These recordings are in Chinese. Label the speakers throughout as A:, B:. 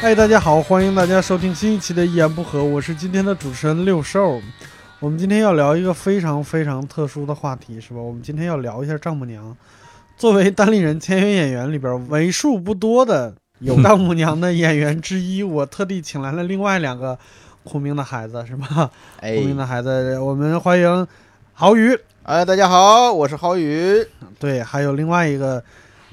A: 嗨，大家好，欢迎大家收听新一期的《一言不合》，我是今天的主持人六兽。我们今天要聊一个非常非常特殊的话题，是吧？我们今天要聊一下丈母娘。作为单立人签约演员里边为数不多的有丈母娘的演员之 一，我特地请来了另外两个苦命的孩子，是吧？
B: 哎
A: 苦，命的孩子，我们欢迎郝宇，
B: 哎，大家好，我是郝宇。
A: 对，还有另外一个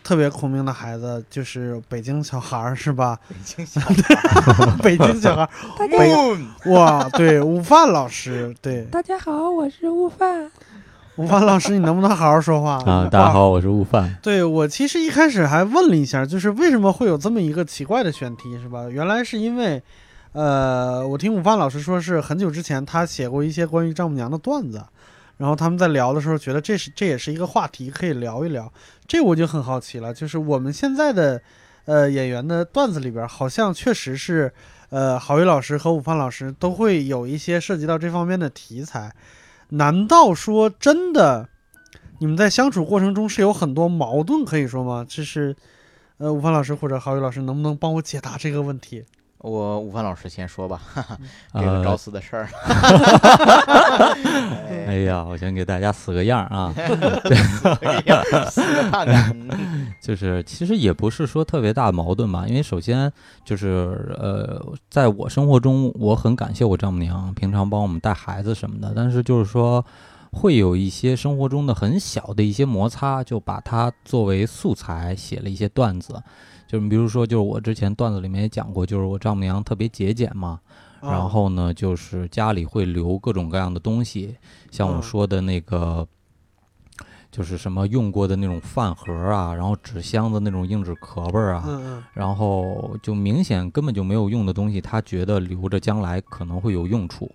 A: 特别苦命的孩子，就是北京小孩儿，是吧？
B: 北京小
A: 北京小孩儿，
B: Moon，
A: 哇，对，午饭老师，对，
C: 大家好，我是悟饭。
A: 午饭老师，你能不能好好说话
D: 啊，大家。好，我是悟 饭。
A: 对我其实一开始还问了一下，就是为什么会有这么一个奇怪的选题，是吧？原来是因为，呃，我听午饭老师说是很久之前他写过一些关于丈母娘的段子，然后他们在聊的时候觉得这是这也是一个话题可以聊一聊，这我就很好奇了，就是我们现在的呃演员的段子里边，好像确实是呃郝宇老师和午饭老师都会有一些涉及到这方面的题材，难道说真的？你们在相处过程中是有很多矛盾，可以说吗？这是，呃，吴凡老师或者郝宇老师能不能帮我解答这个问题？
B: 我午饭老师先说吧，哈哈，这个找
D: 呃，
B: 死的事儿。
D: 哎呀，我先给大家死个样儿啊，
B: 哎呀死了 看看，
D: 就是其实也不是说特别大的矛盾吧，因为首先就是呃，在我生活中，我很感谢我丈母娘，平常帮我们带孩子什么的，但是就是说。会有一些生活中的很小的一些摩擦，就把它作为素材写了一些段子，就是比如说，就是我之前段子里面也讲过，就是我丈母娘特别节俭嘛，
A: 啊
D: 然后呢，就是家里会留各种各样的东西，像
A: 嗯
D: 我说的那个，就是什么用过的那种饭盒啊，然后纸箱子那种硬纸壳儿啊，
A: 嗯嗯，
D: 然后就明显根本就没有用的东西，他觉得留着将来可能会有用处。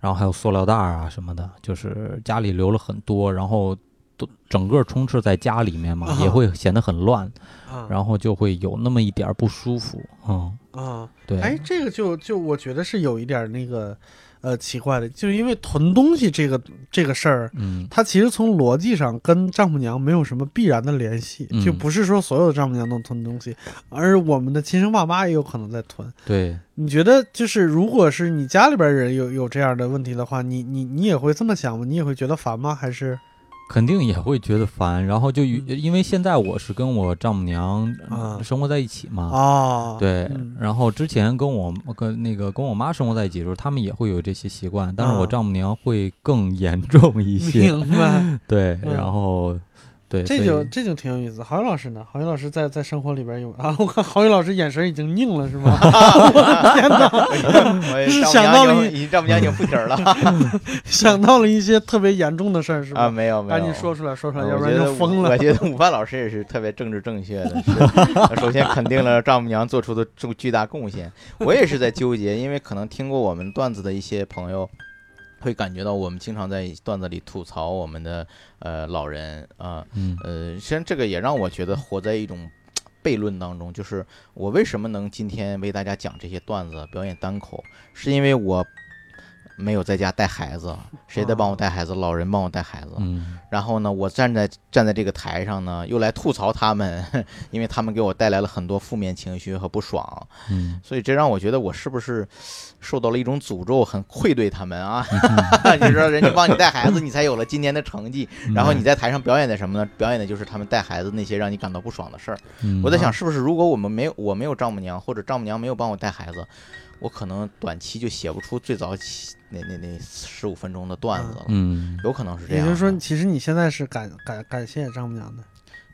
D: 然后还有塑料袋儿啊什么的，就是家里留了很多，然后都整个充斥在家里面嘛，也
A: 啊
D: 会显得很乱，
A: 啊
D: 然后就会有那么一点儿不舒服。嗯，
A: 啊，
D: 对，
A: 哎，这个就就我觉得是有一点那个，呃，奇怪的，就是因为囤东西这个这个事儿，
D: 嗯，
A: 它其实从逻辑上跟丈母娘没有什么必然的联系，
D: 嗯
A: 就不是说所有的丈母娘都囤东西，而我们的亲生爸妈也有可能在囤。
D: 对。
A: 你觉得就是，如果是你家里边人有有这样的问题的话，你你你也会这么想吗？你也会觉得烦吗？还是
D: 肯定也会觉得烦，然后就与
A: 嗯
D: 因为现在我是跟我丈母娘
A: 啊
D: 生活在一起嘛，
A: 啊？
D: 对，
A: 嗯
D: 然后之前跟我跟那个跟我妈生活在一起的时候，他们也会有这些习惯，但是
A: 啊
D: 我丈母娘会更严重一些，
A: 明白，
D: 对，
A: 嗯
D: 然后对，
A: 这
D: 所以
A: 就这就挺有意思。郝宇老师呢？郝宇老师在在生活里边有 啊？我看郝宇老师眼神已经拧了，是 吗？是
B: 我丈母
A: 想
B: 娘
A: 到了
B: 已经已丈母娘已经附体儿了
A: 想到了一些特别严重的事儿，是吧？
B: 啊！没有没有，
A: 赶紧说出来，说出来，
B: 嗯
A: 要
B: 我
A: 不然
B: 觉得
A: 就
B: 午
A: 疯了
B: 我。觉得午饭老师也是特别政治正确的， 是首先肯定了丈母娘做出的巨巨大贡献。我也是在纠结，因为可能听过我们段子的一些朋友。会感觉到我们经常在段子里吐槽我们的呃老人啊，
D: 嗯
B: 呃，实际上这个也让我觉得活在一种悖论当中，就是我为什么能今天为大家讲这些段子、表演单口，是因为我没有在家带孩子，谁在帮我带孩子？老人帮我带孩子，
D: 嗯
B: 然后呢，我站在站在这个台上呢，又来吐槽他们， 因为他们给我带来了很多负面情绪和不爽，
D: 嗯，
B: 所以这让我觉得我是不是受到了一种诅咒，很愧对他们啊？ 你知道，人家帮你带孩子，你才有了今天的成绩，
D: 嗯
B: 然后你在台上表演的什么呢？表演的就是他们带孩子那些让你感到不爽的事儿。
D: 嗯
B: 我在想，是不是如果我们没有我没有丈母娘，或者丈母娘没有帮我带孩子，我可能短期就写不出最早起那那那十五分钟的段子了。
D: 嗯
B: 有可能是这
A: 也
B: 样的。
A: 就是说，其实你现在是感感感谢丈母娘的，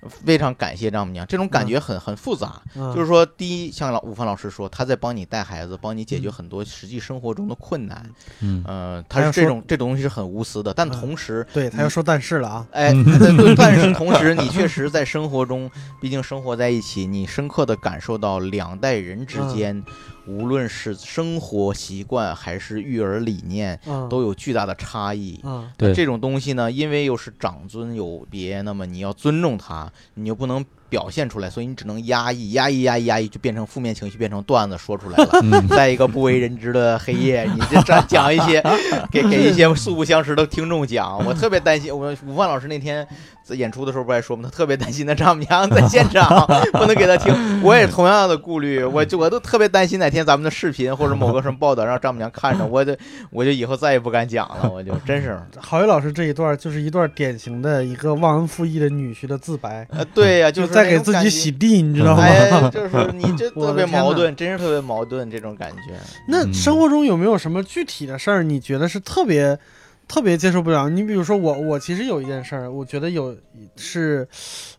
B: 非常感谢丈母娘，这种感觉很很复杂。
A: 嗯、
B: 就是说，第一，像老午饭老师说，他在帮你带孩子，帮你解决很多实际生活中的困难。
D: 嗯
B: 呃，
A: 嗯还
B: 他
A: 要
B: 是
A: 说
B: 这种这种东西是很无私的，但
A: 嗯
B: 同时，
A: 对他要说但是了啊，
B: 哎，但但是同时，你确实在生活中，毕竟生活在一起，你深刻的感受到两代人之间，无论是生活习惯还是育儿理念，
A: 嗯，
B: 都有巨大的差异。
A: 嗯
D: 对
B: 这种东西呢，因为又是长尊有别，那么你要尊重他，你又不能表现出来，所以你只能压抑、压抑、压抑、压抑，就变成负面情绪，变成段子说出来了。
D: 嗯，
B: 在一个不为人知的黑夜，你这这讲一些给给一些素不相识的听众讲， 我特别担心。我午饭老师那天在演出的时候不还说吗？他特别担心那丈母娘在现 场不能给他听，我也同样的顾虑，我就我都特别担心哪天咱们的视频或者某个什么报道让丈母娘看着， 我就我就以后再也不敢讲了，我就真是。
A: 郝宇老师这一段就是一段典型的一个忘恩负义的女婿的自白，
B: 呃，对 呀、
A: 就是在
B: 那
A: 给
B: 种
A: 自
B: 感
A: 己
B: 觉
A: 洗地，你知道吗？
B: 哎，就是你 这
A: 我的
B: 特别
A: 天哪
B: 矛盾，真是特别矛盾这种感觉。
A: 那生活中有没有什么具体的事儿，你觉得是特别特别接受不了？你比如说我，我其实有一件事儿，我觉得有是，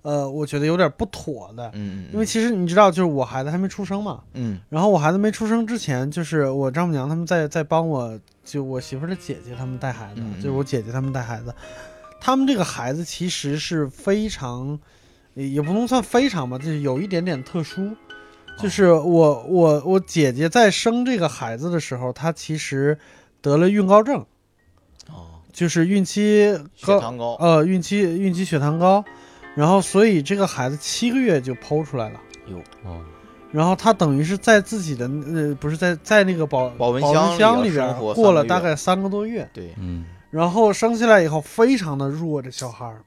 A: 呃，我觉得有点不妥的，
B: 嗯，嗯
A: 因为其实你知道，就是我孩子还没出生嘛，
B: 嗯
A: 然后我孩子没出生之前，就是我丈母娘他们在在帮我，就我媳妇儿的姐姐他们带孩子，
B: 嗯嗯
A: 就是我姐姐他们带孩子，他们这个孩子其实是非常，也也不能算非常吧，就是有一点点特
B: 哦
A: 殊。就是我我我姐姐在生这个孩子的时候，她其实得了孕高症，
B: 哦，
A: 就是孕期
B: 血
A: 高，
B: 糖高，
A: 呃，孕期孕期血糖高，然后所以这个孩子七个月就剖出来了。
D: 哦，
A: 然后他等于是在自己的呃，不是在在那个保
B: 保温
A: 温
B: 箱里
A: 箱
B: 啊
A: 里边
B: 生活
A: 过了
B: 三个月
A: 大概三个多月，
B: 对，
D: 嗯，
A: 然后生下来以后非常的弱，这小孩儿，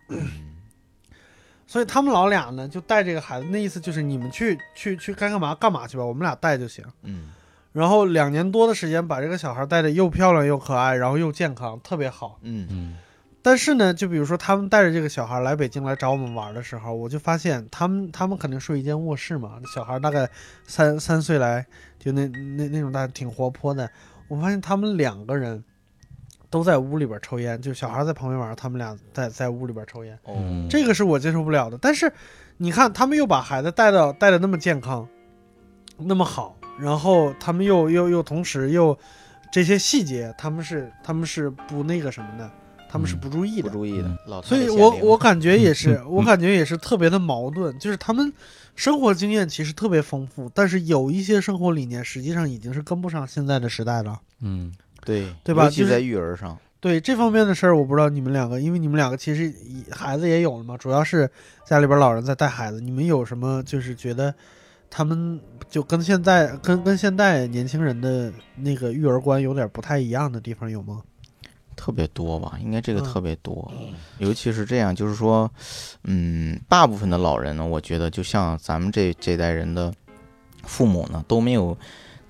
A: 所以他们老俩呢就带这个孩子，那意思就是你们去去去该干嘛干嘛去吧，我们俩带就行。
B: 嗯
A: 然后两年多的时间把这个小孩带的又漂亮又可爱，然后又健康，特别好。
B: 嗯
D: 嗯，
A: 但是呢，就比如说他们带着这个小孩来北京来找我们玩的时候，我就发现他们他们肯定睡一间卧室嘛，小孩大概三三岁来就那那那种大挺活泼的，我发现他们两个人都在屋里边抽烟，就小孩在旁边玩，他们俩在在屋里边抽烟，
B: 哦，
A: 这个是我接受不了的。但是你看，他们又把孩子带到带的那么健康，那么好，然后他们又又又同时又这些细节，他们是他们是不那个什么的，他们是
D: 嗯
A: 不注意
B: 不
A: 的。
B: 注意的
D: 嗯，
B: 老
A: 所
B: 太
A: 以
B: 太
A: 我
B: 显灵
A: 我感觉也是，
D: 嗯
A: 我感觉也是特别的矛盾，就是他们生活经验其实特别丰富，但是有一些生活理念实际上已经是跟不上现在的时代了。
D: 嗯，
B: 对
A: 对吧
B: 尤其
A: 就是
B: 在育儿上，
A: 对这方面的事儿，我不知道你们两个，因为你们两个其实以孩子也有了嘛，主要是家里边老人在带孩子，你们有什么就是觉得他们就跟现在跟跟现代年轻人的那个育儿观有点不太一样的地方有吗？
B: 特别多吧，应该这个
A: 嗯
B: 特别多，尤其是这样，就是说，嗯，大部分的老人呢，我觉得就像咱们这这代人的父母呢，都没有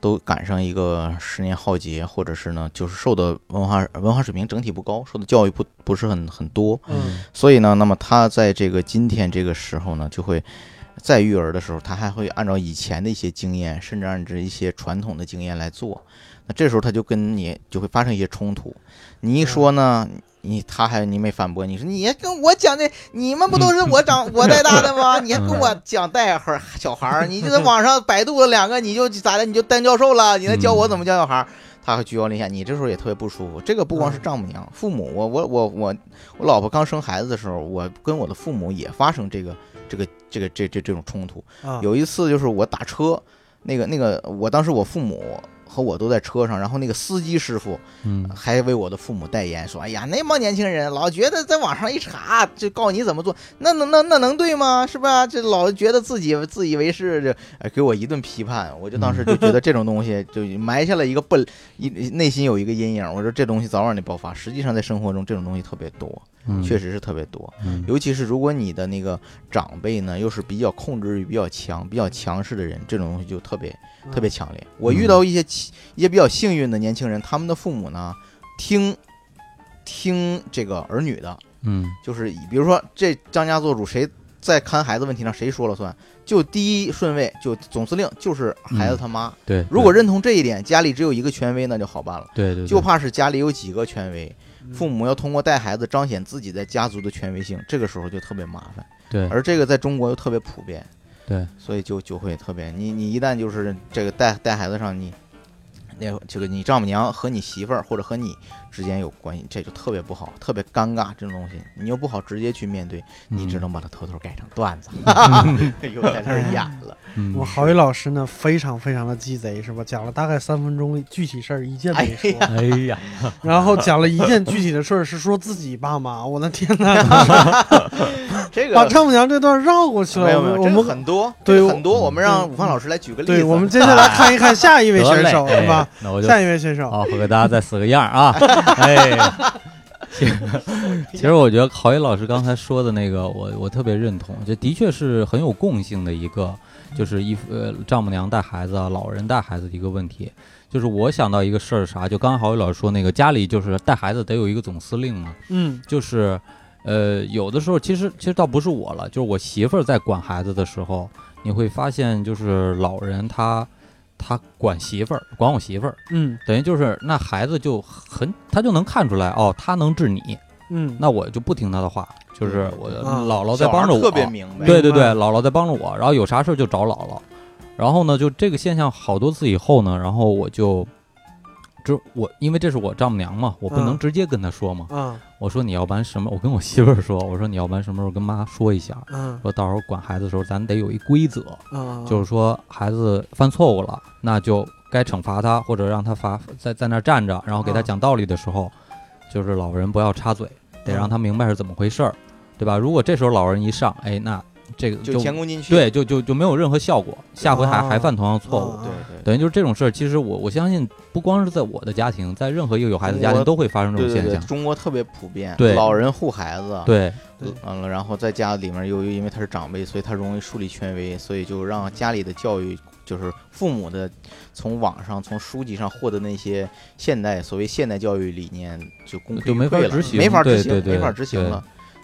B: 都赶上一个十年浩劫，或者是呢，就是受的文化文化水平整体不高，受的教育不不是很很多，
A: 嗯
B: 所以呢，那么他在这个今天这个时候呢，就会在育儿的时候，他还会按照以前的一些经验，甚至按照一些传统的经验来做。那这时候他就跟你就会发生一些冲突。你一说呢，你他还你没反驳，你说你也跟我讲的，你们不都是我长我带大的吗？你还跟我讲带会儿小孩儿，你就在网上百度了两个，你就咋的你就当教授了，你来教我怎么教小孩儿。他会居高临下，你这时候也特别不舒服。这个不光是丈母娘、父母，我我我我我老婆刚生孩子的时候，我跟我的父母也发生这个这个这个这这这种冲突。
A: 啊
B: 嗯有一次就是我打车，那个那个，我当时我父母和我都在车上，然后那个司机师傅
D: 嗯，
B: 还为我的父母代言，说：“哎呀，那帮年轻人老觉得在网上一查就告诉你怎么做，那能那那能对吗？是吧？这老觉得自己自以为是，这哎给我一顿批判，我就当时就觉得这种东西就埋下了一个不一内心有一个阴影。我说这东西早晚得爆发。实际上在生活中这种东西特别多，
D: 嗯
B: 确，实是特别多。
D: 嗯
B: 尤其是如果你的那个长辈呢，又是比较控制欲比较强、比较强势的人，这种东西就特别特别
D: 嗯
B: 强烈。我遇到一些其一些比较幸运的年轻人，他们的父母呢，听听这个儿女的，
D: 嗯
B: 就是以比如说这张家做主，谁在看孩子问题上谁说了算，就第一顺位就总司令就是孩子他妈。
D: 对，
B: 如果
D: 嗯对
B: 认同这一点，家里只有一个权威那就好办了，
D: 对对，
B: 就
D: 对
B: 怕是家里有几个权威，
A: 嗯
B: 父母要通过带孩子彰显自己在家族的权威性，这个时候就特别麻烦。
D: 对
B: 而这个在中国又特别普遍，
D: 对，
B: 所以就就会特别，你你一旦就是这个带带孩子上你。那这个你丈母娘和你媳妇儿或者和你之间有关系，这就特别不好，特别尴尬。这种东西你又不好直接去面对，你
D: 嗯
B: 只能把它偷偷改成段 子，又在那儿演了。
D: 嗯
A: 我郝宇老师呢，非常非常的鸡贼，是吧？讲了大概三分钟，具体事儿一件没说，
D: 哎呀，
A: 然后讲了一件具体的事儿，是说自己爸妈。我的天哪，
B: 这 个
D: 啊
A: 把丈母娘这段绕过去了。
B: 没有
A: 我
B: 没
A: 们
B: 有，
A: 我
B: 这个
A: 们
B: 很多
A: 对
B: 这个
A: 我
B: 很多，我们让
A: 嗯
B: 武汉老师来举个例子。
A: 对，我们接下 来看一看下一位选手，
D: 得嘞
A: 是吧？
D: 哎那我就
A: 下一位选手，
D: 好，我给大家再死个样儿 啊！哎，其实其实我觉得郝宇老师刚才说的那个，我我特别认同，这的确是很有共性的一个，就是一夫呃丈母娘带孩子啊，老人带孩子的一个问题。就是我想到一个事儿是啥，就刚才郝宇老师说那个，家里就是带孩子得有一个总司令啊嘛，
A: 嗯
D: 就是，呃，有的时候其实其实倒不是我了，就是我媳妇儿在管孩子的时候，你会发现就是老人他他管媳妇儿，管我媳妇儿，
A: 嗯
D: 等于就是那孩子就很他就能看出来哦，他能治你，
A: 嗯，
D: 那我就不听他的话，就是我
A: 嗯
D: 姥姥在
B: 啊小孩
D: 帮着我，
B: 特别明白。
D: 对对
A: 明
D: 对，
A: 白
D: 姥姥在帮着我，然后有啥事儿就找姥姥。然后呢，就这个现象好多次以后呢，然后我就，这我因为这是我丈母娘嘛，我不
A: 嗯
D: 能直接跟她说嘛。
A: 嗯
D: 我说你要不然什么，我跟我媳妇儿说， 我说你要不然什么时候跟妈说一下，
A: 嗯
D: 说到时候管孩子的时候咱得有一规则，
A: 嗯，
D: 就是
A: 是
D: 说孩子犯错误了，那就该惩罚他，或者让他罚在在那儿站着，然后给他
A: 啊
D: 讲道理的时
B: 嗯
D: 候，就是老人不要插嘴，得
A: 嗯
D: 让他明白是怎么回事儿，对吧？如果这时候老人一上，哎，那这个
B: 就哦前功尽弃。
D: 对，就就就没有任何效果，下回还、
A: 啊
D: 还犯同样的错误。
A: 啊
B: 对对
D: 等于就是这种事儿，其实我我相信，不光是在我的家庭，在任何一个有孩子家庭
B: 我
D: 都会发生这
B: 对
D: 种
B: 对
D: 现
B: 对，
D: 象。
B: 中国特别普遍，
D: 对
B: 老人护孩子，，
D: 对，
B: 完了，嗯然后在家里面又又因为他是长辈，所以他容易树立权威，所以就让家里的教育，就是父母的从网上、从书籍上获得那些现代所谓现代教育理念就功亏
D: 就没
B: 一
D: 法
B: 篑了
D: 执行
B: 没法
D: 对
B: 执行，
D: 对对
B: 没法执行了。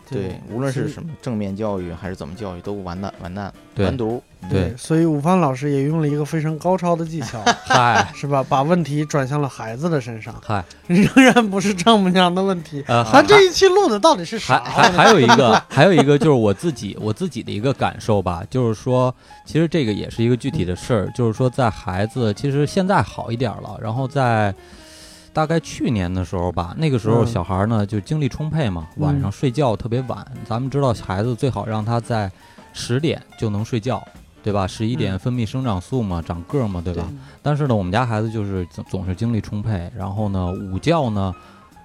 B: 对，无论是
A: 所以
B: 什么正面教育还是怎么教育，都完蛋完蛋
D: 对
B: 完犊。嗯
D: 对，
A: 所以午饭老师也用了一个非常高超的技 巧，
D: 嗨
A: 是吧？把问题转向了孩子的身上，
D: 嗨，
A: 仍然不是丈母娘的问题。
D: 呃，还
A: 咱啊这一期录的到底是
D: 还
A: 啥？
D: 还还有一个， 还有一个就是我自己我自己的一个感受吧，就是说，其实这个也是一个具体的事儿，就是说，在孩子其实现在好一点儿了，然后在大概去年的时候吧，那个时候
A: 嗯
D: 小孩儿呢就精力充沛嘛，晚上睡觉特别晚，咱们知道孩子最好让他在十点就能睡觉。对吧？十一点
A: 嗯
D: 分泌生长素嘛，长个儿嘛，对吧？
A: 嗯
D: 但是呢，我们家孩子就是总总是精力充沛，然后呢，午觉呢，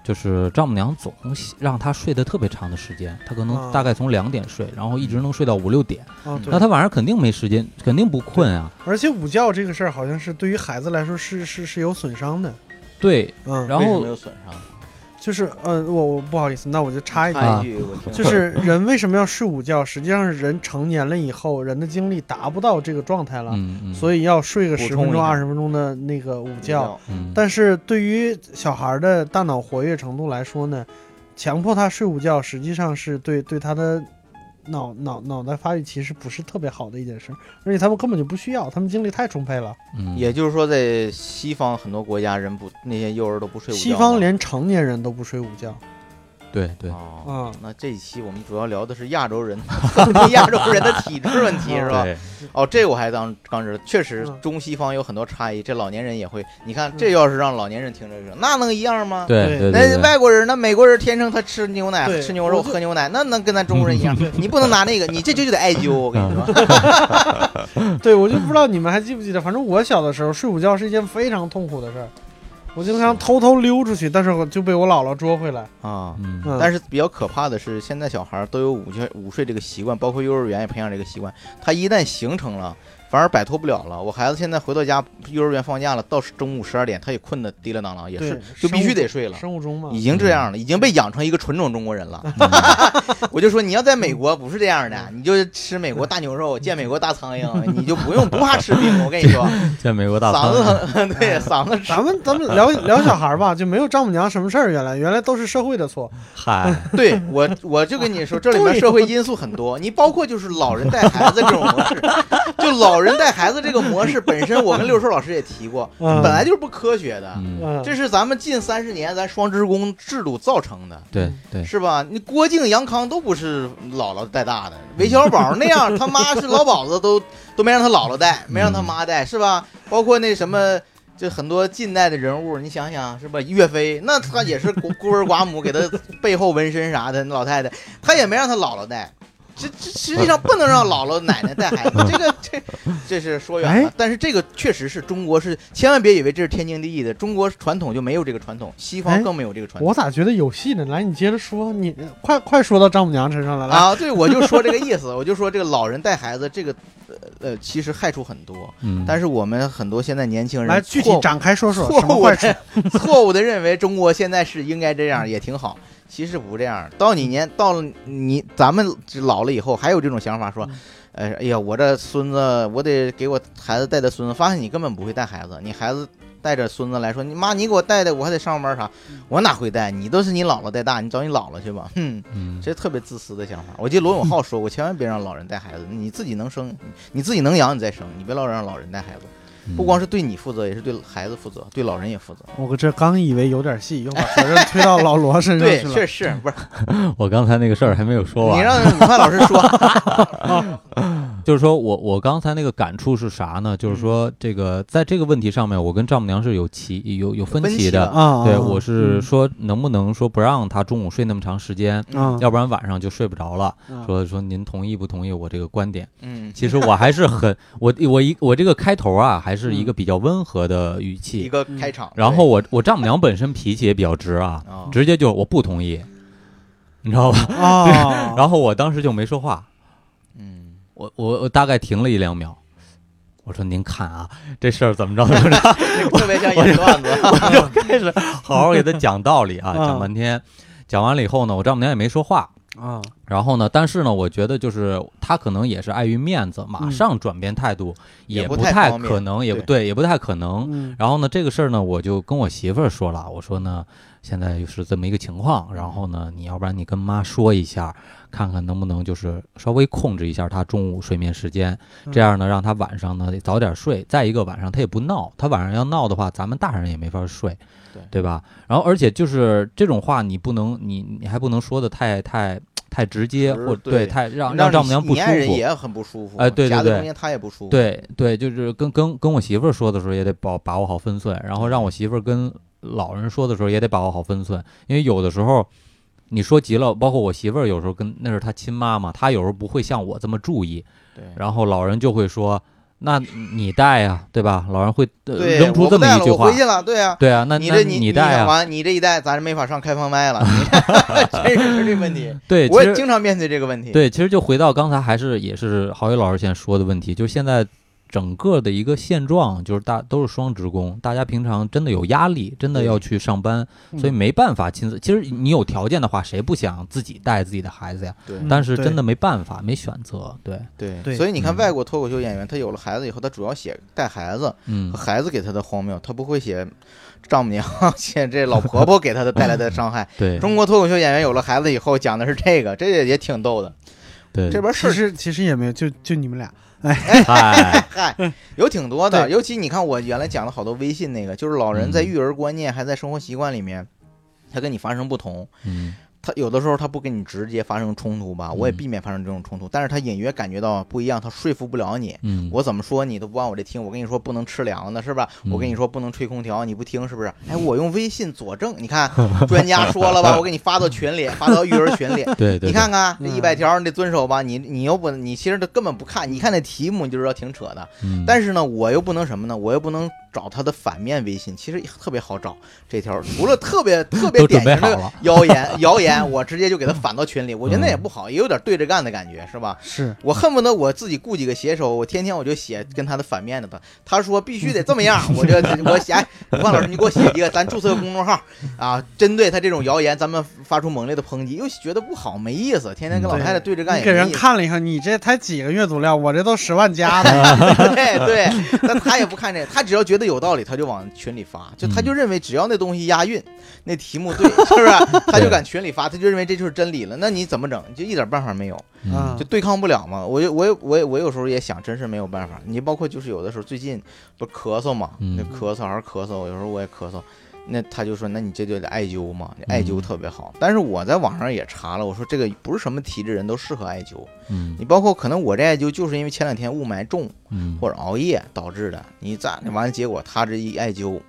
D: 就是丈母娘总喜让他睡得特别长的时间，他可能
A: 啊
D: 大概从两点睡，然后一直能睡到五
B: 嗯
D: 六点，
A: 哦，对
D: 嗯那，他晚上肯定没时间，肯定不困啊。
A: 而且午觉这个事儿，好像是对于孩子来说是是是有损伤的。
D: 对，
A: 嗯，
D: 然
B: 为什么
D: 后
B: 有损伤？
A: 就是呃，我我不好意思，那我就插一句，
B: 插
A: 啊，
B: 一句，我 听
A: 就是人为什么要睡午觉？实际上是人成年了以后，人的精力达不到这个状态了，
D: 嗯嗯，以
A: 所以要睡个
B: 补充
A: 十分
B: 一
A: 钟、
B: 下
A: 二十分钟的那个午觉。
D: 嗯，
A: 但是对于小孩的大脑活跃程度来说呢，强迫他睡午觉，实际上是对对他的脑脑脑袋发育其实不是特别好的一件事，而且他们根本就不需要，他们精力太充沛了。
D: 嗯
B: 也就是说，在西方很多国家，人不那些幼儿都不睡午觉吗。
A: 西方连成年人都不睡午觉
D: 对对，
B: 哦，
A: 啊、
B: 那这一期我们主要聊的是亚洲人， 亚洲人的体质问题是吧？
D: 对
B: 哦，这我还当刚知道，确实
A: 嗯
B: 中西方有很多差异，这老年人也会。你看，这要是让老年人听这个，那能一样吗？
D: 对对
B: 那
D: 对，
B: 哎外国人，那美国人天生他吃牛奶、
A: 对
B: 吃牛肉、
A: 我就
B: 喝牛奶，那能跟咱中国人一 样？你不能拿那个，你这就得艾灸。我跟你说，
A: 对我就不知道你们还记不记得，反正我小的时候睡午觉是一件非常痛苦的事儿，我经常偷偷溜出去，但是我就被我姥姥捉回来。
B: 啊，
D: 嗯
A: 嗯，
B: 但
A: 是
B: 是比较可怕的是，现在小孩儿都有午觉午睡这个习惯，包括幼儿园也培养这个习惯。他一旦形成了，反而摆脱不了了。我孩子现在回到家，幼儿园放假了，到中午十二点，他也困得滴了当啷，也是就
A: 对
B: 必须得睡了。
A: 生物嗯钟嘛，
B: 已经这样了，已经被养成一个纯种中国人了。嗯我就说，你要在美国不是这样
A: 嗯
B: 的，你就吃美国大牛肉，见美国大苍蝇，你就不用不怕吃冰。我跟你 说，
D: 在美 国
B: 嗓
D: 大餐
B: 子疼，对
A: 嗯
B: 嗓子吃
A: 咱们咱们聊 聊小孩儿吧，就没有丈母娘什么事儿。原来原来都是社会的错，
D: 嗨，
B: 对我，我就跟你说，这里面
A: 对哦
B: 社会因素很多，你包括就是老人带孩子这种模式，就老人带孩子这个模式本身，我跟六叔老师也提过，
A: 嗯
B: 本来就是不科学的，
D: 嗯，
A: 嗯，
B: 这是咱们近三十年咱双职工制度造成的。
D: 对对，
B: 是吧？你郭靖、杨康都不是姥姥带大的，韦小宝那 样，
A: 嗯
B: 他妈是老鸨子都都没让他姥姥带，没让他妈带，是吧？包括那什么。就很多近代的人物，你想想是吧？岳飞那他也是孤孤儿寡母，给他背后纹身啥的，那老太太他也没让他姥姥带。这这实际上不能让姥姥奶奶带 孩子，这个这这是说远了
A: 哎。
B: 但是这个确实是中国是，千万别以为这是天经地义的，中国传统就没有这个传统，西
A: 哎
B: 方更没有这个传统。
A: 我咋觉得有戏呢？来，你接着说，你快快说到丈母娘身上来了。
B: 啊，对，我就说这个意思，我就说这个老人带孩子，这个呃呃，其实害处很多，
D: 嗯，
B: 但是我们很多现在年轻人
A: 来，具体
B: 错误
A: 展开说说什
B: 错
A: 么
B: 误
A: 坏处？
B: 的错误的认为中国现在是应该这样，也挺好。其实不这样，到你年到了你咱们老了以后，还有这种想法说
A: 嗯，
B: 呃，哎呀，我这孙子，我得给我孩子带带孙子。发现你根本不会带孩子，你孩子带着孙子来说，你妈你给我带带，我还得上班啥，
A: 嗯
B: 我哪会带？你都是你姥姥带大，你找你姥姥去吧。哼，
D: 嗯，
B: 这特别自私的想法。我记得罗永浩 说过，千万别让老人带孩子，你自己能生，你你自己能养，你再生，你别老让老人带孩子。不光
D: 是
B: 是对你负责，也是对孩子负责，对老人也负责。
A: 我这刚以为有点戏，又把责任推到老罗身上
B: 对，
A: 去了。
B: 确实不是嗯
D: 嗯我刚才那个事儿还没有说
B: 你
D: 完，啊
B: 让武汉老师 说，
D: 就是说我我刚才那个感触是啥呢？就是
B: 嗯
D: 说这个在这个问题上面，我跟丈母娘是有歧有有分
B: 分歧
D: 歧的。
B: 的哦嗯
A: 啊，
D: 对，
A: 啊
D: 我是说能不能说不让她中午睡那么长时间，
B: 嗯
A: 啊，
D: 要不然晚上就睡不着了。
A: 啊
D: 说说您同意不同意我这个观点？
B: 嗯，
D: 其实我还是很 我我一我这个开头啊，还是一个比较温和的
B: 嗯
D: 语
B: 一
D: 气。
B: 个开场，
D: 然后我我丈母娘本身脾气也比较直啊，
B: 啊，
D: 直接就我不同意，你知道
B: 哦
D: 吧？
A: 啊，
D: 然后我当时就没说话，
B: 嗯，
D: 我我我大概停了一两秒，我说您看啊，这事儿怎么着怎么着，
B: 这个特别像演段子，
D: 我就开始好好给他讲道理啊，
A: 嗯
D: 讲半天，讲完了以后呢，我丈母娘也没说话，
A: 啊，
D: 然后呢？但是呢，我觉得就是他可能也是碍于面子，马上转变态度、
B: 也
D: 不
B: 不太方便
D: 可能，也不对，也不太可能。
A: 嗯
D: 然后呢，这个事儿呢，我就跟我媳妇儿说了，我说呢，现在是这么一个情况，然后呢，你要不然你跟妈说一下，看看能不能就是稍微控制一下她中午睡眠时间，
A: 嗯
D: 这样呢，让她晚上呢早点睡。再一个，晚上她也不闹，她晚上要闹的话，咱们大人也没法睡，
B: 对
D: 吧？然后而且就是这种话，你不能，你你还不能说的太太太直接，
B: 直
D: 或
B: 对
D: 太让
B: 让
D: 让
B: 你
D: 丈母娘不
B: 你
D: 舒
B: 爱人
D: 服。
B: 也很不舒服，
D: 哎对对
B: 夹在
D: 对
B: 中间他也不舒服，，
D: 对对，就是跟跟跟我媳妇儿说的时候也得把把握好分寸，然后让我媳妇儿跟老人说的时候也得把握好分寸，因为有的时候你说急了，包括我媳妇儿有时候跟那是她亲妈嘛，她有时候不会像我这么注意，
B: 对
D: 然后老人就会说，那你带呀、对吧？老人会、呃
B: 对，
D: 扔出
B: 我不
D: 这么
B: 带
D: 一
B: 了
D: 句
B: 我
D: 话
B: 回，去了，对啊。
D: 对啊，那
B: 你
D: 那
B: 这你
D: 你带呀、
B: 完你这一带，咱没法上开放麦了， 真是这问题。
D: 对，其
B: 我也
D: 实
B: 经常面对这个问题。
D: 对，其实就回到刚才还是也是郝宇老师现在说的问题，就现在整个的一个现状，就是大都是双职工，大家平常真的有压力，真的要去上班，
B: 嗯
D: 所以没办法亲自。其实你有条件的话，谁不想自己带自己的孩子呀？
B: 对
A: 嗯
D: 但是
A: 对
D: 真的没办法，没选择。对，
B: 对
A: 对
B: 所以你看
D: 嗯
B: 外国脱口秀演员，他有了孩子以后，他主要写带孩子，
D: 嗯，
B: 孩子给他的荒谬，他不会写丈母娘 写这老婆婆给他的带来的伤害。
D: 对，
B: 中国脱口秀演员有了孩子以后讲的是这个，这也也挺逗的。
D: 对，
B: 这边事
A: 其
B: 儿
A: 实其实也没有，就就你们俩，
D: 嗨，
B: 嗨有挺多的，
A: 对
B: 尤其你看我原来讲的好多微信那个，就是老人在
D: 嗯
B: 育儿观念还在生活习惯里面，他跟你发生不同，
D: 嗯，
B: 他有的时候他不跟你直接发生冲突吧，我也
D: 嗯
B: 避免发生这种冲突，但是他隐约感觉到不一样，他说服不了你。
D: 嗯，
B: 我怎么说你都不往我这听，我跟你说不能吃凉的是吧？
D: 嗯
B: 我跟你说不能吹空调，你不听是不是？哎，我用微信佐证，你 看专家说了吧，我给你发到群里，发到育儿群里，
D: 对对，
B: 你看看这
A: 嗯
B: 一百条你得遵守吧，你你又不你其实都根本不看，你看那题目你就知道挺扯的。
D: 对，嗯
B: 但是呢，我又不能什么呢？我又不能找他的反面微信，其实特别好找。这条 除了特别特别
D: 都
B: 典
D: 准
B: 型
D: 备好嗯
B: 的
D: 了，
B: 谣言，谣言我直接就给他反到群里，我觉得那也不好，也有点对着干的感觉，是吧？
A: 是
B: 我恨不得我自己雇几个写手，我天天我就写跟他的反面的吧。他说必须得这么样，我就我写，哎，万老师你给我写一个，咱注册个公众号啊，针对他这种谣言，咱们发出猛烈的抨击，又觉得不好没意思，天天跟老太太对着干
A: 你嗯
B: 也
A: 给
B: 没
A: 人
B: 意 思。
A: 看了一下，你这才几个阅读量，我这都十万加 呢。
B: 对对，但他也不看这个，他只要觉得有道理，他就往群里发，就他就认为只要那东西押韵，那题目对，是不是？他就敢群里发，他就认为这就是真理了。那你怎么整？你就一点办法没有，
D: 嗯
B: 就对抗不了嘛。我就我也我也我有时候也想，真是没有办法。你包括就是有的时候最近不是咳嗽嘛，
D: 嗯
B: 那咳嗽还是咳嗽，有时候我也咳嗽。那他就说，那你这就得艾灸嘛，艾灸特别好。但是我在网上也查了，我说这个不是什么体质人都适合艾灸。
D: 嗯
B: 你包括可能我这艾灸就是因为前两天雾霾重
D: 嗯，
B: 或者熬夜导致的，你咋完了结果他这一艾灸，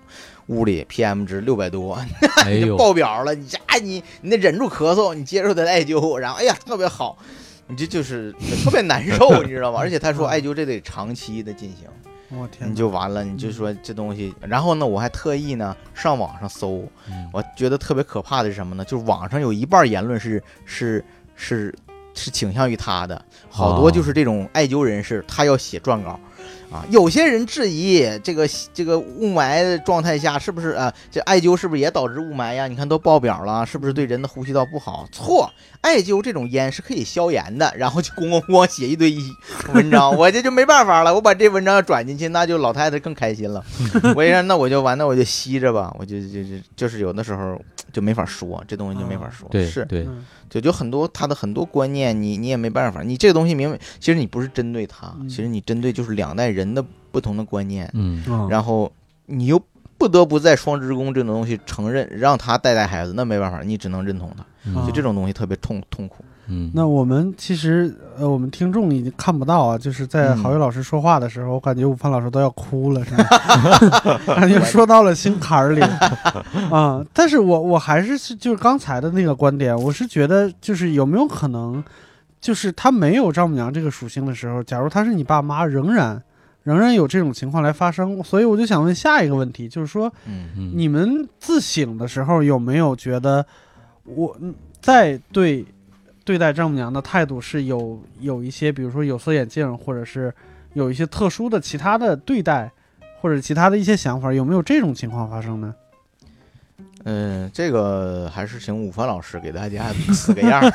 B: 屋里 PM 值六百多，
D: 哎呦，
B: 爆表了。你这哎你你得忍住咳嗽，你接受他的艾灸，然后哎呀特别好，你这就是特别难受，你知道吗？而且他说艾灸这得长期的进行。
A: 我天哪，
B: 你就完了，你就说这东西。然后呢，我还特意呢上网上搜，
D: 嗯
B: 我觉得特别可怕的是什么呢？就是网上有一半言论是是是是倾向于他的，好多
D: 哦
B: 就是这种艾灸人士，他要写撰稿。啊，有些人质疑这个这个雾霾的状态下是不是啊、这艾灸是不是也导致雾霾呀？你看都爆表了，是不是对人的呼吸道不好？错，艾灸这种烟是可以消炎的。然后就咣咣咣写一堆文章，我这就没办法了，我把这文章转进去，那就老太太更开心了。我一让那我就完，那我就吸着吧，我就就就就是有的时候就没法说，这东西就没法说。
D: 对
B: 是
D: 对，
A: 嗯
B: 就就很多他的很多观念，你你也没办法，你这个东西明明其实你不是针对他，
A: 嗯
B: 其实你针对就是两代人的不同的观念，
D: 嗯
A: 嗯
B: 然后你又不得不在双职工这种东西承认，让他带带孩子，那没办法，你只能认同他，
A: 啊
B: 就这种东西特别痛痛苦。
D: 嗯，
A: 那我们其实呃，我们听众已经看不到啊，就是在
B: 嗯
A: 郝宇老师说话的时候，我感觉午饭老师都要哭了，是吧？ 感觉说到了心坎儿里啊。但是我我还是是就是刚才的那个观点，我是觉得就是有没有可能，就是他没有丈母娘这个属性的时候，假如他是你爸妈，仍然仍然有这种情况来发生。所以我就想问下一个问题，就是说，
B: 嗯
D: 嗯
A: 你们自省的时候有没有觉得我嗯在对对待丈母娘的态度是有有一些，比如说有色眼镜，或者是有一些特殊的其他的对待，或者其他的一些想法，有没有这种情况发生呢？
B: 嗯，这个还是请午饭老师给大家四个样儿，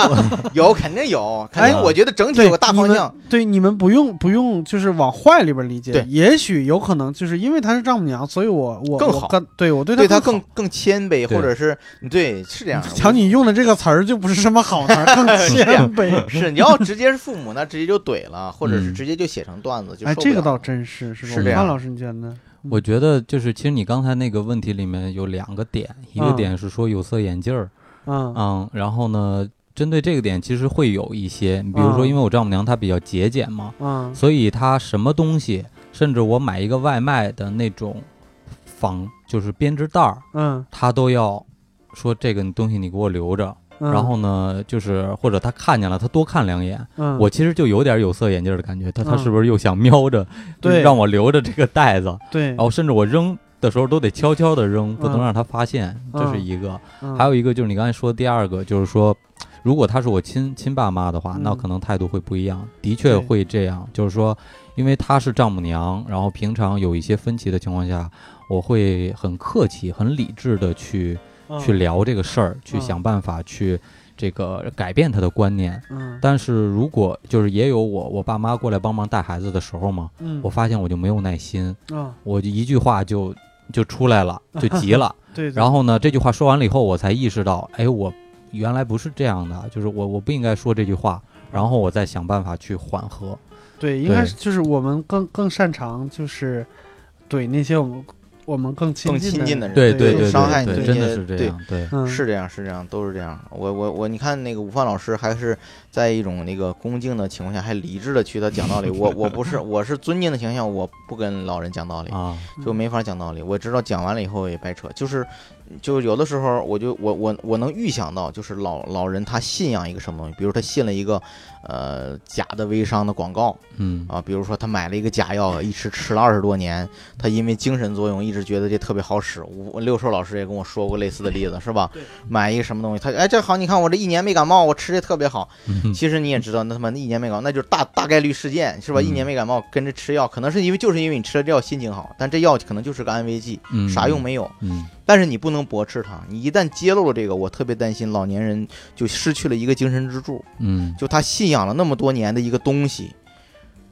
B: 有肯定有，肯定
D: 哎
B: 我觉得整体
A: 对
B: 有个大
A: 你
B: 方
A: 们
B: 向，
A: 对，你们不用不用，就是往坏里边理解
B: 对。
A: 也许有可能就是因为她是丈母娘，所以我我
B: 更
A: 我
B: 好
A: 跟对我对她
B: 对他
A: 更
B: 更
A: 好。
B: 更谦卑，
D: 对
B: 或者是对是这样。
A: 瞧你用的这个词儿就不是什么好词儿， 更谦
B: 这样
A: 卑。
B: 是你要直接是父母，那直接就怼了，或者是
D: 嗯
B: 直接就写成段子，就
A: 哎，
B: 受
A: 这个
B: 不了
A: 倒真是是吧？
B: 是
A: 我
B: 这
A: 们
B: 样
A: 范老师，你觉得呢？
D: 我觉得就是，其实你刚才那个问题里面有两个点，一个
A: 嗯
D: 点是说有色眼镜儿，
A: 嗯
D: 嗯，然后呢，针对这个点其实会有一些，比如说，
A: 嗯
D: 因为我丈母娘她比较节俭嘛，
A: 嗯
D: 所以她什么东西，甚至我买一个外卖的那种仿就是编织袋儿，
A: 嗯，
D: 她都要说这个东西你给我留着。
A: 嗯
D: 然后呢，就是或者她看见了，她多看两眼，
A: 嗯
D: 我其实就有点有色眼镜儿的感觉，她她
A: 嗯
D: 是不是又想瞄着，就是
A: 对
D: 让我留着这个袋子？
A: 对
D: 然，后甚至我扔的时候都得悄悄的扔，不能
A: 嗯
D: 让他发现，这是一个。
A: 嗯
D: 还有一个就是你刚才说的第二个，就是说，如果他是我亲亲爸妈的话，那
A: 嗯
D: 可能态度会不一样，的确
A: 对
D: 会这样，就是说，因为她是丈母娘，然后平常有一些分歧的情况下，我会很客气、很理智的去去，聊这个事儿，去
A: 嗯
D: 想办法去这个改变他的观念。
A: 嗯
D: 但是如果就是也有我我爸妈过来帮忙带孩子的时候嘛，
A: 嗯，
D: 我发现我就没有耐心，
A: 啊，
D: 我就一句话就就出来了，就急了。
A: 对，对
D: 然后呢，这句话说完了以后，我才意识到，哎，我原来不是这样的，就是我我不应该说这句话。然后我再想办法去缓和。
A: 对，应该是就是我们更更擅长就是怼那些我们我们更亲
B: 更亲近
A: 的人
B: 的人，
D: 对
A: 对
D: 对对
B: 伤害你
D: 对，
B: 这
D: 真的
B: 些
D: 是这
B: 对
D: 样。对，
A: 嗯
B: 是这样，是这样，都是这样。我我我，你看那个午饭老师还是在一种那个恭敬的情况下，还理智的去他讲道理。我我不是，我是尊敬的情况下，我不跟老人讲 道理，
D: 啊，
B: 就没法讲道理。我知道讲完了以后也白扯，就是就有的时候我就我我我能预想到，就是老老人他信仰一个什么东西，比如他信了一个呃假的微商的广告，
D: 嗯
B: 啊，比如说他买了一个假药，一吃吃了二十多年，他因为精神作用一直觉得这特别好使。我六兽老师也跟我说过类似的例子，是吧
A: 对？
B: 买一个什么东西，他哎这好，你看我这一年没感冒，我吃的特别好。
D: 嗯
B: 其实你也知道，那他妈一年没感冒，那就是大大概率事件，是吧？
D: 嗯
B: 一年没感冒，跟着吃药，可能是因为就是因为你吃了这药心情好，但这药可能就是个安慰剂，
D: 嗯，
B: 啥用？没有。
D: 嗯
B: 但是你不能驳斥它，你一旦揭露了这个，我特别担心老年人就失去了一个精神支柱。
D: 嗯
B: 就他信仰了那么多年的一个东西，